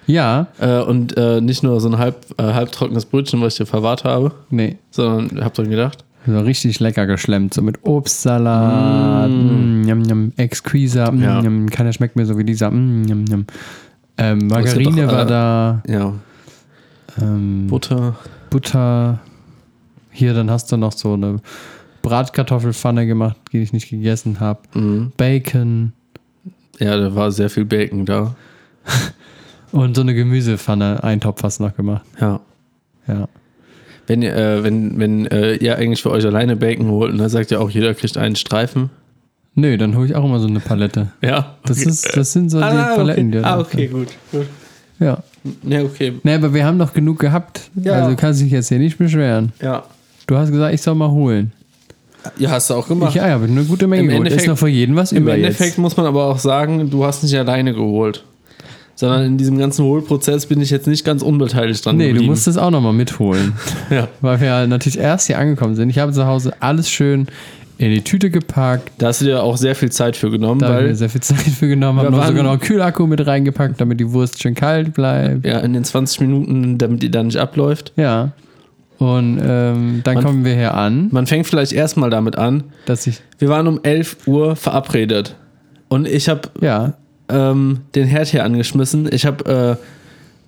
Ja.
Äh, und äh, nicht nur so ein halb, äh, halbtrockenes Brötchen, was ich dir verwahrt habe,
Nee.
sondern habt dran gedacht.
So richtig lecker geschlemmt, so mit Obstsalat, mm. yum, yum, exquisa, mm,
Ja.
yum, keiner schmeckt mir so wie dieser, mm, yum, yum. Ähm, Margarine
doch,
war
äh,
da,
Ja.
ähm,
Butter.
Butter. Hier, dann hast du noch so eine Bratkartoffelpfanne gemacht, die ich nicht gegessen habe.
Mhm.
Bacon
Ja, da war sehr viel Bacon da.
und so eine Gemüsepfanne, Eintopf hast du noch gemacht.
Ja.
Ja.
Wenn ihr, äh, wenn, wenn äh, ihr eigentlich für euch alleine Bacon holt, und dann sagt ja auch, jeder kriegt einen Streifen.
Nö, dann hole ich auch immer so eine Palette.
Ja.
Das, ist, das sind so die
ah,
Paletten,
okay.
die er
ah,
drauf
okay, gut. gut.
hat. Ja.
Ja, okay.
Nee, aber wir haben doch genug gehabt.
Ja.
Also kannst du dich jetzt hier nicht beschweren.
Ja.
Du hast gesagt, ich soll mal holen.
Ja, hast du auch gemacht.
Ich ah ja, habe eine gute
Im
Menge geholt.
Endeffekt-
Ist noch für jeden was
Im
über
Endeffekt muss man aber auch sagen, du hast nicht alleine geholt. Sondern in diesem ganzen Hohlprozess bin ich jetzt nicht ganz unbeteiligt dran
jetzt. Nee, du
geblieben.
musst es auch nochmal mitholen.
Ja.
weil wir halt natürlich erst hier angekommen sind. Ich habe zu Hause alles schön in die Tüte gepackt.
Da hast du dir auch sehr viel Zeit für genommen,
Da habe ich mir
weil
sehr viel Zeit für genommen. Habe
Wir
noch
waren-
sogar noch einen Kühlakku mit reingepackt, damit die Wurst schön kalt bleibt.
ja, in den 20 Minuten, damit die da nicht abläuft.
Ja. Und ähm, dann
Man-
kommen wir hier an,
Man fängt vielleicht erstmal damit an.
dass ich.
Wir waren um 11 Uhr verabredet. Und ich habe
Ja.
ähm, den Herd hier angeschmissen. Ich habe äh,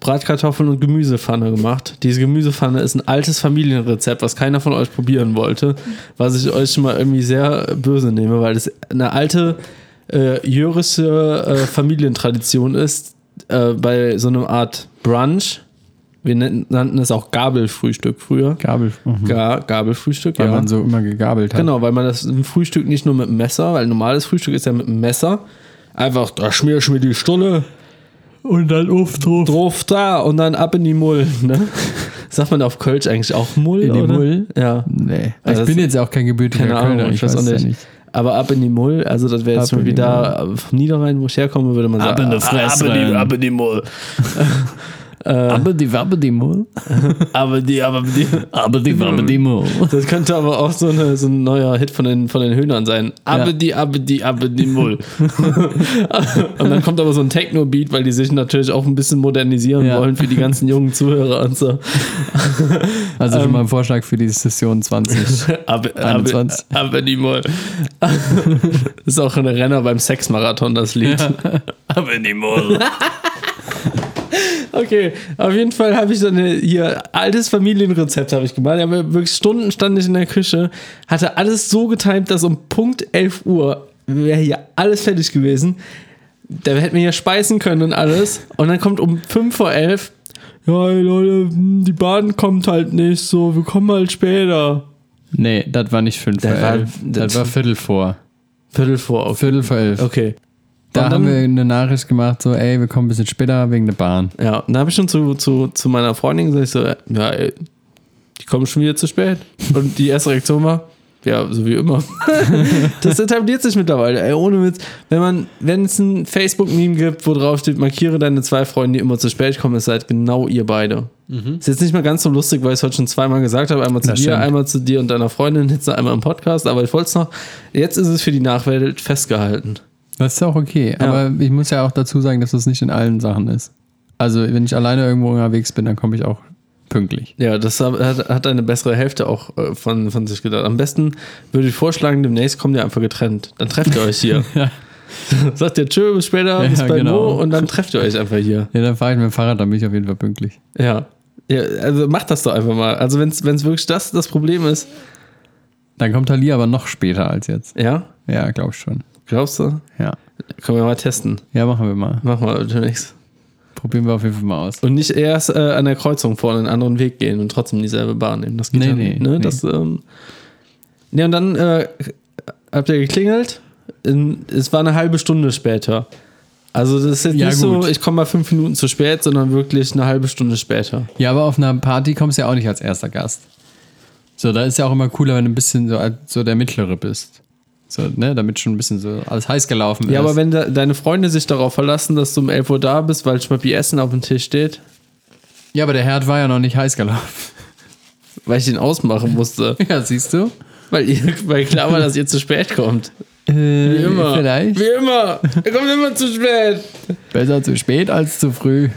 Bratkartoffeln und Gemüsepfanne gemacht. Diese Gemüsepfanne ist ein altes Familienrezept, was keiner von euch probieren wollte, was ich euch schon mal irgendwie sehr böse nehme, weil es eine alte äh, jörische äh, Familientradition ist, äh, bei so einer Art Brunch. Wir nen- nannten es auch Gabelfrühstück früher.
Gabel. Mhm.
Ga Gabelfrühstück,
Weil
ja.
man so immer gegabelt hat.
Genau, weil man das im Frühstück nicht nur mit dem Messer, weil normales Frühstück ist ja mit dem Messer. Einfach, da schmier ich mir die Stulle
Und dann auf drauf.
drauf da und dann ab in die Mull. Ne? Sagt man auf Kölsch eigentlich auch Mull?
In die
oder?
Mull?
Ja.
Nee.
Also
ich bin
das-
jetzt auch kein gebürtiger
Keine Ahnung,
Kölner.
ich weiß auch
es ja
nicht. Aber ab in die Mull, also das wäre jetzt
Ab
zum
in die
Beispiel da äh, vom Niederrhein, wo ich herkomme, würde man sagen.
in die Fresse
Ab in die,
rein.
ab in die Mull.
Aber die Wabbe die Mull.
Aber die, aber die.
Aber die Wabbe die Mull.
Das könnte aber auch so, eine, so ein neuer Hit von den, von den Höhnern sein. Abedi, abedi, abedi, mull. und dann kommt aber so ein Techno-Beat, weil die sich natürlich auch ein bisschen modernisieren
Ja.
wollen für die ganzen jungen Zuhörer und so.
Also
Ähm,
schon mal ein Vorschlag für die Session 20.
Abe- Abe-
21.
Abedi, mull. ist auch ein Renner beim Sexmarathon, das Lied. Abedi, mull. Okay, auf jeden Fall habe ich so eine hier altes Familienrezept habe ich gemacht. Ja, wir- wirklich Stunden stand ich in der Küche, hatte alles so getimt, dass um Punkt 11 Uhr wäre hier alles fertig gewesen. Da hätten wir ja speisen können und alles. Und dann kommt um 5 vor 11, ja ey, Leute, hm, die Bahn kommt halt nicht so, wir kommen halt später.
nee, das war nicht 5 vor
Das war-
11. Das war Viertel vor.
Viertel vor, okay.
Viertel vor 11.
Okay.
Da
Und
haben
dann-
wir eine Nachricht gemacht, so ey, wir kommen ein bisschen später wegen der Bahn.
Ja, und dann habe ich schon zu, zu, zu meiner Freundin gesagt, ich so, ja, ey, die kommen schon wieder zu spät. Und die erste Reaktion war, ja, so wie immer. das etabliert sich mittlerweile, ey, ohne Witz. Wenn man, wenn es ein Facebook-Meme gibt, wo drauf steht, markiere deine zwei Freunde, die immer zu spät kommen, es seid genau ihr beide. Ist jetzt nicht mehr ganz so lustig, weil ich es heute schon zweimal gesagt habe. Einmal zu
Mhm. Das
dir,
stimmt.
einmal zu dir und deiner Freundin, jetzt noch einmal im Podcast, aber ich wollte es noch. Jetzt ist es für die Nachwelt festgehalten.
Das ist auch okay. Aber ich muss ja auch dazu sagen, dass das nicht in allen Sachen ist. Also, wenn ich alleine irgendwo unterwegs bin, dann komme ich auch pünktlich.
Ja, das hat, hat eine bessere Hälfte auch äh, von, von sich gedacht. Am besten würde ich vorschlagen, demnächst kommt ihr einfach getrennt. Dann trefft ihr euch hier.
Ja.
Sagt ihr tschö, bis später,
Ja,
bis bei
genau.
Mo und dann trefft ihr euch einfach hier.
Ja, dann fahre ich mit dem Fahrrad, dann bin ich auf jeden Fall pünktlich.
Ja. ja also macht das doch einfach mal. Also wenn es wirklich das das Problem ist,
Dann kommt Thalia aber noch später als jetzt.
ja,
Ja, glaube ich schon.
glaubst du?
Ja.
Können wir mal testen.
Ja, machen wir mal.
Machen wir demnächst.
Probieren wir auf jeden Fall mal aus.
Und nicht erst äh, an der Kreuzung vorne einen anderen Weg gehen und trotzdem dieselbe Bahn nehmen. Das geht
Nee,
ja
nee,
nicht. Ne?
nee.
Das, ähm, ja, und dann äh, habt ihr geklingelt. In, es war eine halbe Stunde später. Also das ist jetzt
Ja,
nicht
gut.
so, ich komme mal fünf Minuten zu spät, sondern wirklich eine halbe Stunde später.
Ja, aber auf einer Party kommst du ja auch nicht als erster Gast. So, da ist ja auch immer cooler, wenn du ein bisschen so, als- so der Mittlere bist. So, ne, damit schon ein bisschen so alles heiß gelaufen ist.
Ja, aber wenn de deine Freunde sich darauf verlassen, dass du um 11 Uhr da bist, weil Schmappi Essen auf dem Tisch steht,
ja, aber der Herd war ja noch nicht heiß gelaufen.
weil ich den ausmachen musste,
Ja, siehst du?
weil, ihr, weil klar war, dass ihr zu spät kommt. Wie immer.
Äh, Vielleicht.
Wie immer. Er kommt immer zu spät.
Besser zu spät als zu früh.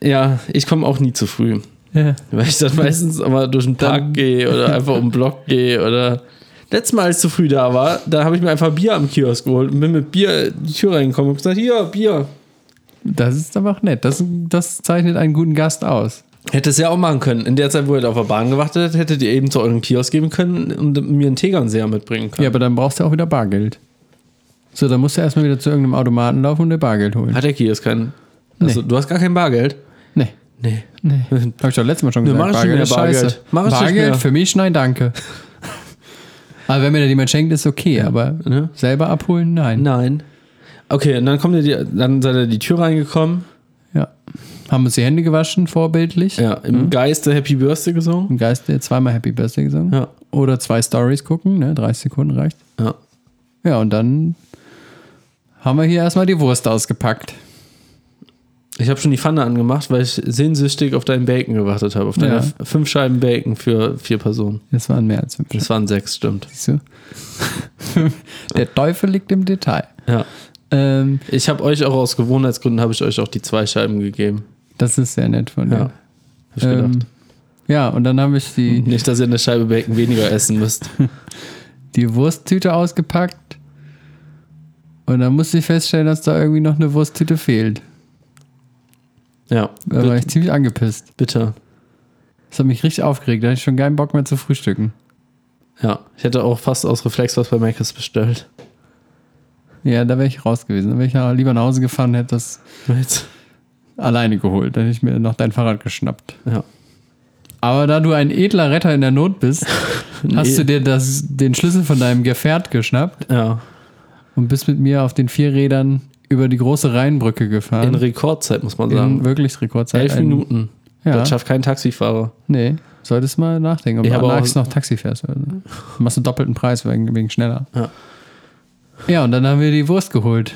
Ja, ich komme auch nie zu früh.
Ja.
Weil ich dann meistens immer durch den Park gehe oder einfach um den Block gehe oder. Letztes Mal, als ich zu früh da war, da habe ich mir einfach Bier am Kiosk geholt und bin mit Bier in die Tür reingekommen und gesagt: Hier, Bier.
Das ist aber auch nett. Das, das zeichnet einen guten Gast aus.
Hätte es ja auch machen können. In der Zeit, wo ihr da auf der Bahn gewartet hättet, hättet ihr eben zu eurem Kiosk geben können und mir einen Tegernseher mitbringen können.
Ja, aber dann brauchst du auch wieder Bargeld. So, dann musst du erstmal wieder zu irgendeinem Automaten laufen und dir Bargeld holen.
Hat der Kiosk keinen? Also,
Nee.
du hast gar kein Bargeld?
Nee.
Nee.
Nee. Hab ich doch letztes Mal schon gesagt.
mach ich nicht mehr Bargeld. Mach ich nicht
Bargeld
mehr.
für mich, nein, danke. aber wenn mir da jemand schenkt, ist okay, aber
Ne?
selber abholen, nein.
Nein. Okay, und dann, kommt ihr die, dann seid ihr die Tür reingekommen.
Ja. Haben uns die Hände gewaschen, vorbildlich.
Ja, im Geiste Happy Birthday gesungen.
Im Geiste zweimal Happy Birthday gesungen.
Ja.
Oder zwei Stories gucken, ne? 30 Sekunden reicht.
Ja.
Ja, und dann haben wir hier erstmal die Wurst ausgepackt.
Ich habe schon die Pfanne angemacht, weil ich sehnsüchtig auf deinen Bacon gewartet habe. Auf deine
Ja.
f- fünf Scheiben Bacon für vier Personen.
Das waren mehr als fünf.
Das waren sechs, stimmt.
Siehst du? Der Teufel liegt im Detail.
Ja.
Ähm,
Ich habe euch auch aus Gewohnheitsgründen habe ich euch auch die zwei Scheiben gegeben.
das ist sehr nett von dir.
Ja. Hab ich
ähm,
gedacht. Hm.
ja und dann habe ich die,
Nicht, dass ihr eine Scheibe Bacon weniger essen müsst.
die Wursttüte ausgepackt. Und dann musste ich feststellen, dass da irgendwie noch eine Wursttüte fehlt.
Ja.
Da war
Bi-
ich ziemlich angepisst.
Bitte.
Das hat mich richtig aufgeregt. Da hatte ich schon keinen Bock mehr zu frühstücken.
Ja. Ich hätte auch fast aus Reflex was bei Macis bestellt.
Ja, da wäre ich raus gewesen. Da wäre ich ja lieber nach Hause gefahren und hätte das
Jetzt.
alleine geholt. Dann hätte ich mir noch dein Fahrrad geschnappt.
Ja.
Aber da du ein edler Retter in der Not bist, hast
Nee.
du dir das, den Schlüssel von deinem Gefährt geschnappt
Ja.
und bist mit mir auf den vier Rädern über die große Rheinbrücke
In
gefahren.
Rekordzeit, muss man
In,
sagen.
wirklich Rekordzeit.
Elf
Ein-
Minuten.
Ja.
Das schafft kein Taxifahrer.
Nee, solltest mal nachdenken, ob
Ich
du
habe
nachts
auch-
noch Taxi fährst. Oder? so. Machst du doppelten Preis wegen, wegen schneller.
Ja.
Ja, und dann haben wir die Wurst geholt,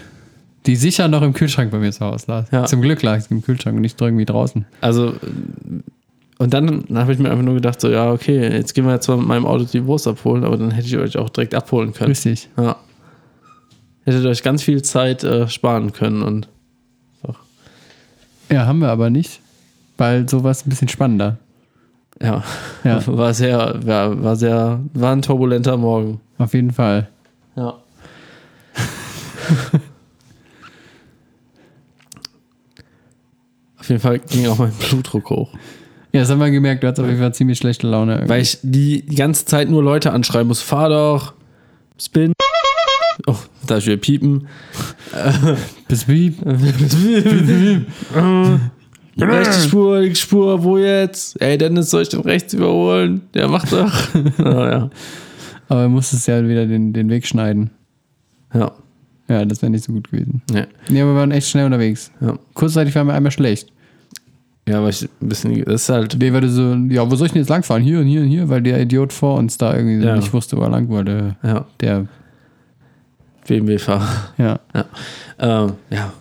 die sicher noch im Kühlschrank bei mir zu Hause lag.
Ja.
Zum Glück lag sie im Kühlschrank und nicht irgendwie draußen.
Also, und dann habe ich mir einfach nur gedacht, so, ja, okay, jetzt gehen wir jetzt mal mit meinem Auto die Wurst abholen, aber dann hätte ich euch auch direkt abholen können.
Richtig.
Ja. Hättet euch ganz viel Zeit äh, sparen können und
Ja, haben wir aber nicht, weil sowas ein bisschen spannender.
ja,
Ja,
war sehr, war, war sehr, war ein turbulenter Morgen.
auf jeden Fall.
Ja. Auf jeden Fall ging auch mein Blutdruck hoch.
Ja, das haben wir gemerkt, du hattest auf jeden Fall ziemlich schlechte Laune. irgendwie.
Weil ich die, die ganze Zeit nur Leute anschreiben muss. Fahr doch, spin. Oh, da ist wieder piepen.
Bis wie?
Rechte Spur, linke Spur, wo jetzt? Ey, Dennis, soll ich den rechts überholen? Der macht doch. Ah, ja, ja.
Aber du musstest ja wieder den, den Weg schneiden.
Ja,
Ja, das wäre nicht so gut gewesen.
nee.
Nee, aber wir waren echt schnell unterwegs.
ja.
Kurzzeitig waren wir einmal schlecht.
ja aber ich ein bisschen, das ist halt,
Der würde so, ja, wo soll ich denn jetzt langfahren? Hier und hier und hier, weil der Idiot vor uns da irgendwie
Ja.
nicht wusste, wo er lang wollte.
ja,
Der,
BMW-Fahrer.
ja.
Ja. Ähm, ja.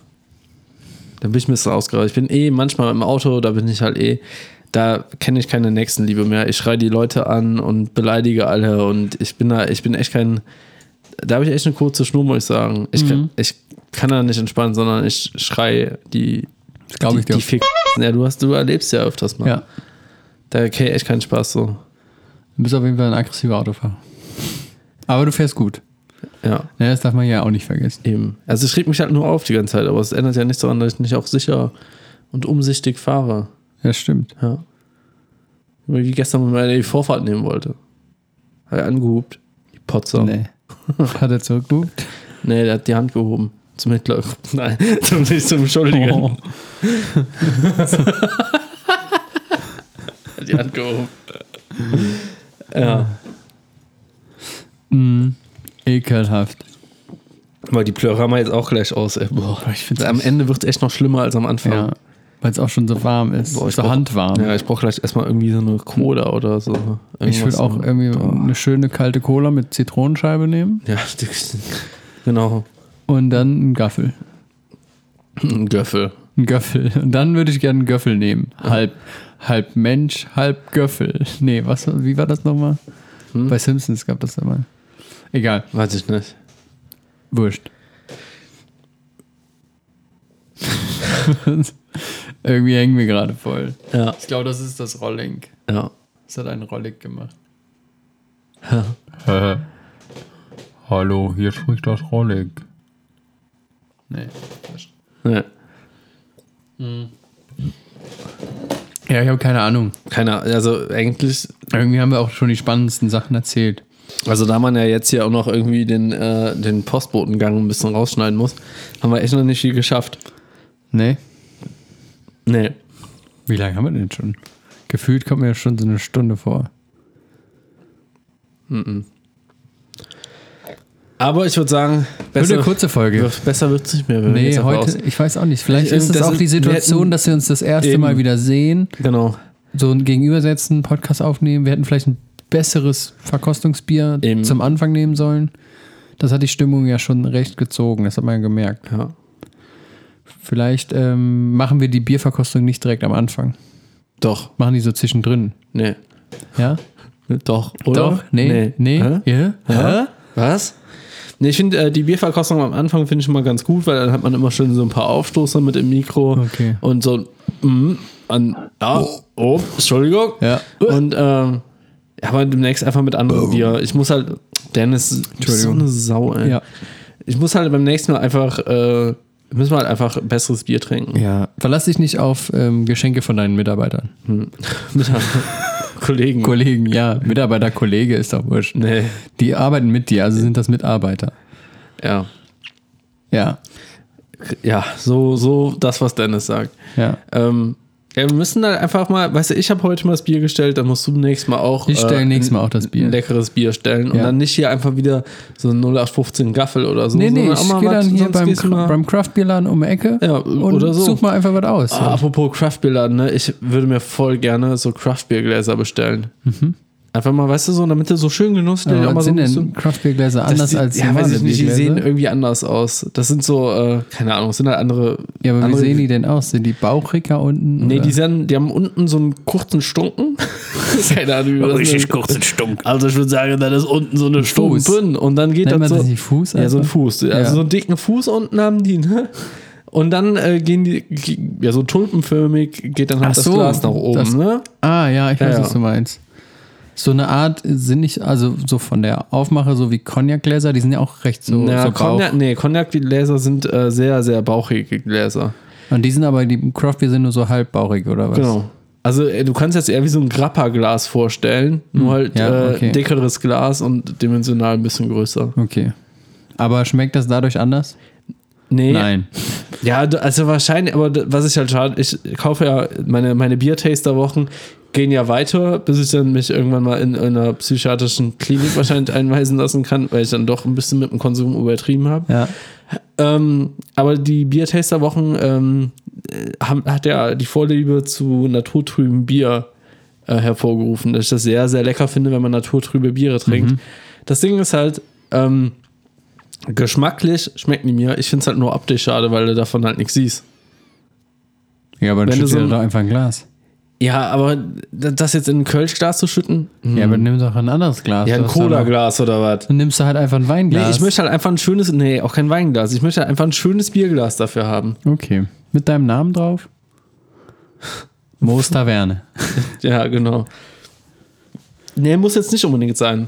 Da bin ich ein bisschen ausgerastet. Ich bin eh manchmal im Auto, da bin ich halt eh, da kenne ich keine Nächstenliebe mehr. Ich schreie die Leute an und beleidige alle und ich bin da, ich bin echt kein, da habe ich echt eine
Mhm.
kurze Schnur, muss ich sagen. Ich, kann, ich kann da nicht entspannen, sondern ich schreie die
Das glaube ich
die,
dir.
die Fick. Ja, du hast, du erlebst ja öfters mal.
Ja.
Da krieg ich echt keinen Spaß so.
Du bist auf jeden Fall ein aggressiver Autofahrer. Aber du fährst gut.
Ja,
Ja, das darf man ja auch nicht vergessen.
eben. Also es schrieb mich halt nur auf die ganze Zeit, aber es ändert ja nichts daran, dass ich nicht auch sicher und umsichtig fahre.
Ja, stimmt.
Ja. Wie gestern, wenn er die Vorfahrt nehmen wollte. Hat er angehobt. Die Potzer. Nee,
Nee. Hat er zurückgeguckt?
nee der hat die Hand gehoben. Zum Hitler. Nein, zum, nicht zum Schuldigen.
Oh.
Hat die Hand gehoben. ja.
Mm, ekelhaft.
Weil die Plöre haben wir jetzt auch gleich aus, ey. Boah.
ich find's
am
echt-
Ende wird es echt noch schlimmer als am Anfang.
Ja. Weil es auch schon so warm ist.
Boah, ich
so
brauch-
handwarm.
Ja, ich brauche gleich erstmal irgendwie so eine Cola oder so.
ich
Irgendwas
würde auch
so.
irgendwie eine schöne kalte Cola mit Zitronenscheibe nehmen
Ja, die- genau.
und dann einen Gaffel.
Ein Göffel.
Einen Göffel. Und dann würde ich gerne einen Göffel nehmen. Halb, halb Mensch, halb Göffel. Nee, was, wie war das nochmal? Bei Simpsons gab das einmal. Egal,
Weiß ich nicht.
wurscht. Irgendwie hängen wir gerade voll.
Ja.
Ich glaube, das ist das Rolling.
Ja.
Das hat ein Rollig gemacht. Hallo, hier spricht das Rollig. Nee. falsch.
Nee.
Ja, ich habe keine Ahnung.
Keine Ahnung. Also eigentlich,
Irgendwie haben wir auch schon die spannendsten Sachen erzählt.
also da man ja jetzt hier auch noch irgendwie den, äh, den Postbotengang ein bisschen rausschneiden muss, haben wir echt noch nicht viel geschafft.
Nee?
Nee.
Wie lange haben wir denn schon? Gefühlt kommt mir schon so eine Stunde vor.
Aber ich würde sagen,
Wird
besser,
eine kurze Folge.
wird- besser wird es nicht mehr. wenn wir
Nee,
jetzt einfach
heute, ich weiß auch nicht. Vielleicht ist es
Also, Das
auch
ist-
die
wir
Situation,
hätten-
dass wir uns das erste
Eben.
Mal wieder sehen,
Aus, genau.
so ein Gegenübersetzen, Podcast aufnehmen. Wir hätten vielleicht ein besseres Verkostungsbier
Eben.
zum Anfang nehmen sollen. Das hat die Stimmung ja schon recht gezogen, das hat man ja gemerkt.
Ja.
Vielleicht ähm, machen wir die Bierverkostung nicht direkt am Anfang.
Doch.
Machen die so zwischendrin.
Nee.
Ja?
Doch. Oder?
Nee. Nee.
Hä?
Ja?
Hä? Was? Nee, ich finde, äh, die Bierverkostung am Anfang finde ich immer ganz gut, weil dann hat man immer schön so ein paar Aufstoßer mit im Mikro
Okay.
und so, mm, an, ja, oh, Entschuldigung.
Ja. Oh.
Und, ähm, ja, aber demnächst einfach mit anderen Bier. Ich muss halt, Dennis, du bist so
Entschuldigung.
eine Sau, ey.
Ja.
Ich muss halt beim nächsten Mal einfach, äh, müssen wir halt einfach besseres Bier trinken.
ja. Verlass dich nicht auf ähm, Geschenke von deinen Mitarbeitern.
Mit anderen Kollegen.
Kollegen, ja. Mitarbeiter, Kollege ist doch wurscht.
Nee,
Die arbeiten mit dir, also sind das Mitarbeiter.
ja.
Ja.
Ja, so, so das, was Dennis sagt.
Ja.
Ähm, ja, wir müssen dann einfach mal, weißt du, ich habe heute mal das Bier gestellt, dann musst du nächstes Mal auch.
Ich stelle
äh,
nächstes
ein-
Mal auch das Bier.
Ein leckeres Bier stellen und
Ja.
dann nicht hier einfach wieder so ein 0815 Gaffel oder so.
Nee, nee,
sondern auch
ich
mal
gehe
was-
dann hier
sonst
beim,
gehst du mal-
beim Craftbierladen um die Ecke
Ja,
und
oder so.
such mal einfach was aus.
Ah, apropos Craftbierladen, ne? Ich würde mir voll gerne so Craftbiergläser bestellen. Einfach mal, weißt du, so, damit du so schön genutzt
Mhm. Aber
auch mal
was
so
sind
ein
denn
bisschen-
Craftbiergläser anders
die,
als
ja,
normale
weiß ich nicht, die
Biergläser?
sehen irgendwie anders aus. Das sind so, äh, keine Ahnung, sind halt andere.
Ja, aber wie
andere
sehen die denn aus? Sind die bauchiger unten?
Nee,
oder?
die, sind, die haben unten so einen kurzen Stunken. Keine Ahnung, wie man das nennt.
kurzen Stunk.
Also ich würde sagen, da ist unten so eine Stumpe
Fuß.
drin und dann geht
Nennt man
das so.
das nicht Fuß?
ja, so ein
einfach?
Fuß. Also
Ja.
so einen dicken Fuß unten haben die, ne? Und dann äh, gehen die, ge- ja, so tulpenförmig geht dann halt
Ach
das
so,
Glas nach oben,
das-
ne?
Ah, ja, ich
Ja,
weiß,
ja.
was du meinst. So eine Art sind nicht, also so von der Aufmache, so wie Cognac-Gläser, die sind ja auch recht so,
Na,
so bauch.
Cognac, nee, Cognac-Gläser sind äh, sehr, sehr bauchige Gläser.
Und die sind aber, die Craftbier sind nur so halbbauchig, oder was?
Genau. Also äh, du kannst jetzt eher wie so ein Grappa-Glas vorstellen, nur halt
Hm, ja,
äh,
okay.
dickeres Glas und dimensional ein bisschen größer.
Okay. Aber schmeckt das dadurch anders?
Nee,
Nein.
Ja, d- also wahrscheinlich, aber d- was ich halt schade, ich kaufe ja meine, meine Biertaster-Wochen gehen ja weiter, bis ich dann mich irgendwann mal in einer psychiatrischen Klinik wahrscheinlich einweisen lassen kann, weil ich dann doch ein bisschen mit dem Konsum übertrieben habe.
Ja.
Ähm, aber die Biertaster-Wochen ähm, äh, haben- hat ja die Vorliebe zu naturtrüben Bier äh, hervorgerufen, dass ich das sehr, sehr lecker finde, wenn man naturtrübe Biere trinkt. Das Ding ist halt, ähm, geschmacklich schmecken die mir. Ich finde es halt nur optisch schade, weil du davon halt nichts siehst.
Ja, aber dann
Wenn du
schützt
so
so
ein-
doch einfach ein Glas.
Ja, aber d- das jetzt in ein Kölschglas zu schütten?
Ja, aber nimm doch ein anderes Glas.
Mhm. Hm. Ja,
Du
ein
hast doch noch-
Cola-Glas oder was?
Dann nimmst du halt einfach ein
Nee,
Weinglas.
ich möchte halt einfach ein schönes, nee, auch kein Weinglas. Ich möchte halt einfach ein schönes Bierglas dafür haben.
Okay. Mit deinem Namen drauf? Moos Taverne.
Ja, genau. Nee, muss jetzt nicht unbedingt sein.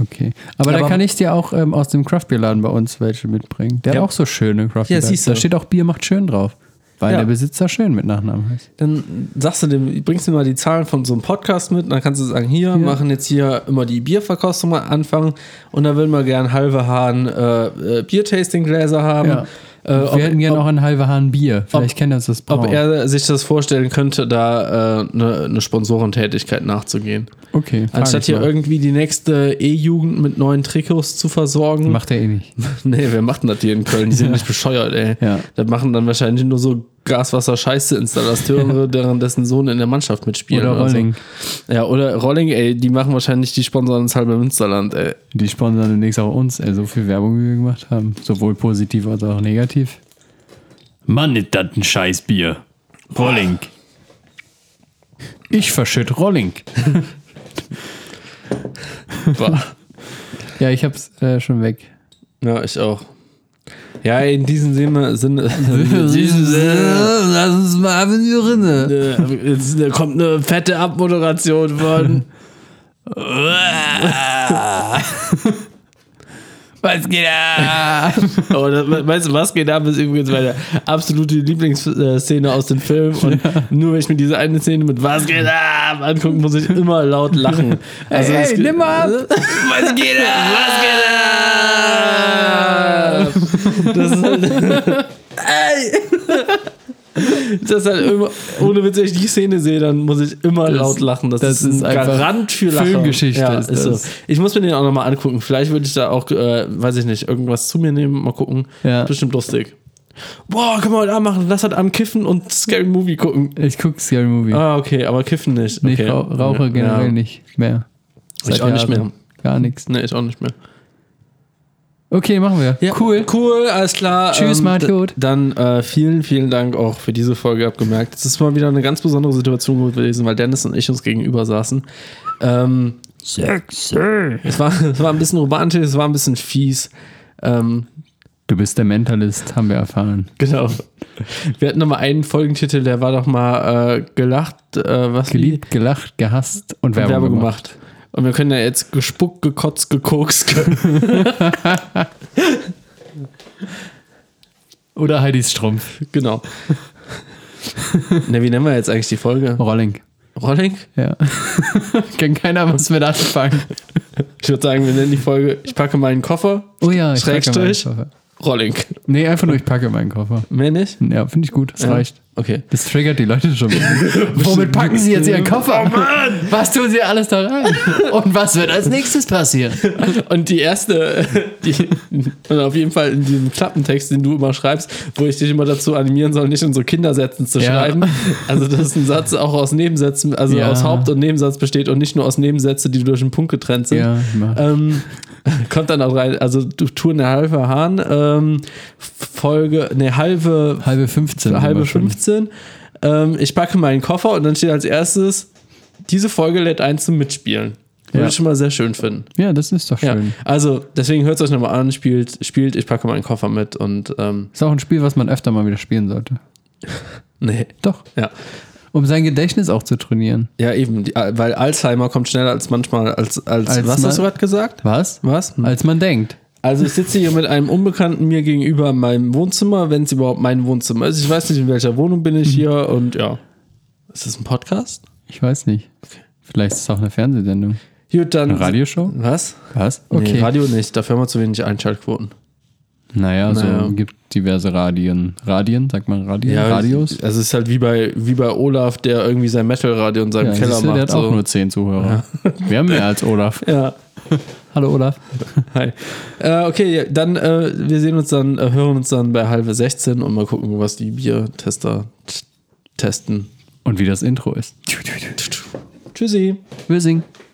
Okay. Aber, da
Aber-
kann ich dir auch ähm, aus dem Craftbierladen bei uns welche mitbringen. Der
Ja.
hat auch so schöne Craftbierladen.
siehst du.
Da steht auch Bier macht schön drauf. Weil
Ja.
der Besitzer schön mit Nachnamen heißt.
Dann sagst du dem, bringst du mal die Zahlen von so einem Podcast mit und dann kannst du sagen, hier, machen jetzt hier immer die Bierverkostung mal anfangen und dann würden wir gern halbe Hahn äh, äh, Biertasting-Gläser haben.
Ja.
Äh,
Wir
ob,
hätten gerne auch ein halbe Hahn Bier. Vielleicht kennt er das
ob
Brauen.
er sich das vorstellen könnte, da äh, eine eine Sponsorentätigkeit nachzugehen.
okay. frag
Anstatt
ich
hier
mal.
irgendwie die nächste E-Jugend mit neuen Trikots zu versorgen.
Macht er eh nicht.
Nee, wer macht denn das hier in Köln? Die sind nicht bescheuert, ey.
Ja.
Das machen dann wahrscheinlich nur so Gaswasser-Scheiße-Installateure, deren dessen Sohn in der Mannschaft mitspielt.
Oder Rolling.
So. Ja, oder Rolling, ey, die machen wahrscheinlich die Sponsoren ins halbe Münsterland, ey.
Die sponsern demnächst auch uns, ey, so viel Werbung, wie wir gemacht haben. Sowohl positiv als auch negativ. Mann, ist das ein Scheißbier. Rolling. Ich verschütt Rolling.
Bah.
Ja, ich hab's äh, schon weg.
ja, ich auch. Ja, in diesem Sinne. Sinne
Lass uns mal ab in die Rinne.
äh, jetzt kommt eine fette Abmoderation von.
Was geht ab?
Aber das, we- weißt du, was geht ab, ist übrigens meine absolute Lieblingsszene aus dem Film. Und nur wenn ich mir diese eine Szene mit Was geht ab angucken, muss ich immer laut lachen. Also es
Ey,
geht-
nimm mal ab.
Was geht ab?
Das ist halt. Ey! Das ist halt immer, ohne Witz, wenn ich die Szene sehe, dann muss ich immer laut lachen. Das,
das
ist ein
ist einfach
Garant für Lachen.
Filmgeschichte
Ja,
ist
ist so.
das.
Ich muss mir den auch nochmal angucken. Vielleicht würde ich da auch, äh, weiß ich nicht, irgendwas zu mir nehmen. Mal gucken.
Ja.
Bestimmt lustig. Boah, können wir heute Abend machen. Lass heute Abend kiffen und Scary Movie gucken.
Ich guck Scary Movie.
Ah, okay, aber kiffen nicht.
Nee,
Okay.
Ich rauch- rauche generell
ja.
nicht mehr.
Ich auch nicht mehr.
Gar nichts.
Nee, ich auch nicht mehr.
Okay, machen wir.
Ja, cool. Cool, alles klar. Ähm,
Tschüss, macht's
d-
gut.
Dann äh, vielen, vielen Dank auch für diese Folge abgemerkt. Es ist mal wieder eine ganz besondere Situation gewesen, weil Dennis und ich uns gegenüber saßen. Ähm,
Sexy.
es, war, es war ein bisschen romantisch, es war ein bisschen fies. Ähm,
Du bist der Mentalist, haben wir erfahren.
genau. Wir hatten nochmal einen Folgentitel, der war doch mal äh, gelacht, äh, was
Geliebt, gelacht, gehasst und
wie?
Werbung,
Werbung
gemacht.
gemacht. Und wir können ja jetzt gespuckt, gekotzt, gekokst.
Oder Heidis Strumpf.
genau. Na, wie nennen wir jetzt eigentlich die Folge?
Rolling.
Rolling?
Ja. Kann keiner was mit anfangen.
Ich würde sagen, wir nennen die Folge Ich packe meinen Koffer,
Oh ja, ich
Schrägstrich.
packe meinen Koffer.
Rolling.
Nee, einfach nur ich packe meinen Koffer.
Mehr nicht?
Ja, finde ich gut. Das reicht.
Okay.
Das triggert die Leute schon. Womit packen sie jetzt ihren Koffer?
Oh
was tun sie alles da rein? Und was wird als nächstes passieren?
Und die erste, die, und auf jeden Fall in diesem Klappentext, den du immer schreibst, wo ich dich immer dazu animieren soll, nicht in so Kindersätzen zu
Ja.
schreiben. Also, dass ein Satz auch aus Nebensätzen, also
Ja.
aus Haupt- und Nebensatz besteht und nicht nur aus Nebensätzen, die durch einen Punkt getrennt sind.
Ja, ich mach.
Ähm, kommt dann auch rein, also du Tour eine halbe Hahn, ähm, Folge, eine halbe
Halbe 15. sind
halbe
wir schon.
15. Ähm, ich packe meinen Koffer und dann steht als erstes, diese Folge lädt ein zum Mitspielen. Würde
Ja.
ich schon mal sehr schön finden.
Ja, das ist doch
Ja.
schön.
Also, deswegen hört es euch nochmal an, spielt, spielt, ich packe meinen Koffer mit und ähm,
Ist auch ein Spiel, was man öfter mal wieder spielen sollte.
nee.
Doch.
Ja.
Um sein Gedächtnis auch zu trainieren.
Ja, eben, die, weil Alzheimer kommt schneller als manchmal als, als,
Als
was
man-
hast du gerade gesagt?
Was?
Was?
Als man denkt.
Also ich sitze hier mit einem Unbekannten mir gegenüber in meinem Wohnzimmer, wenn es überhaupt mein Wohnzimmer ist. Ich weiß nicht, in welcher Wohnung bin ich hier und ja. Ist das ein Podcast?
Ich weiß nicht. Vielleicht ist es auch eine Fernsehsendung.
Gut, dann.
Eine Radioshow?
Was?
Was?
Also, Okay.
Okay.
Nee, Radio nicht, dafür haben wir zu wenig Einschaltquoten.
naja, so
Naja.
gibt diverse Radien. Radien, sagt man Radien? Radios?
Also es ist halt wie bei, wie bei Olaf, der irgendwie sein Metal-Radio in seinem
Ja,
Keller
siehst du,
macht.
der hat
so.
auch nur 10 Zuhörer. Wir haben mehr als Olaf.
ja.
Hallo Olaf.
Hi. Äh, okay, ja, dann äh, wir sehen uns dann, äh, hören uns dann bei halbe 16 und mal gucken, was die Biertester t- testen.
Und wie das Intro ist.
Tschüssi.
Wir singen.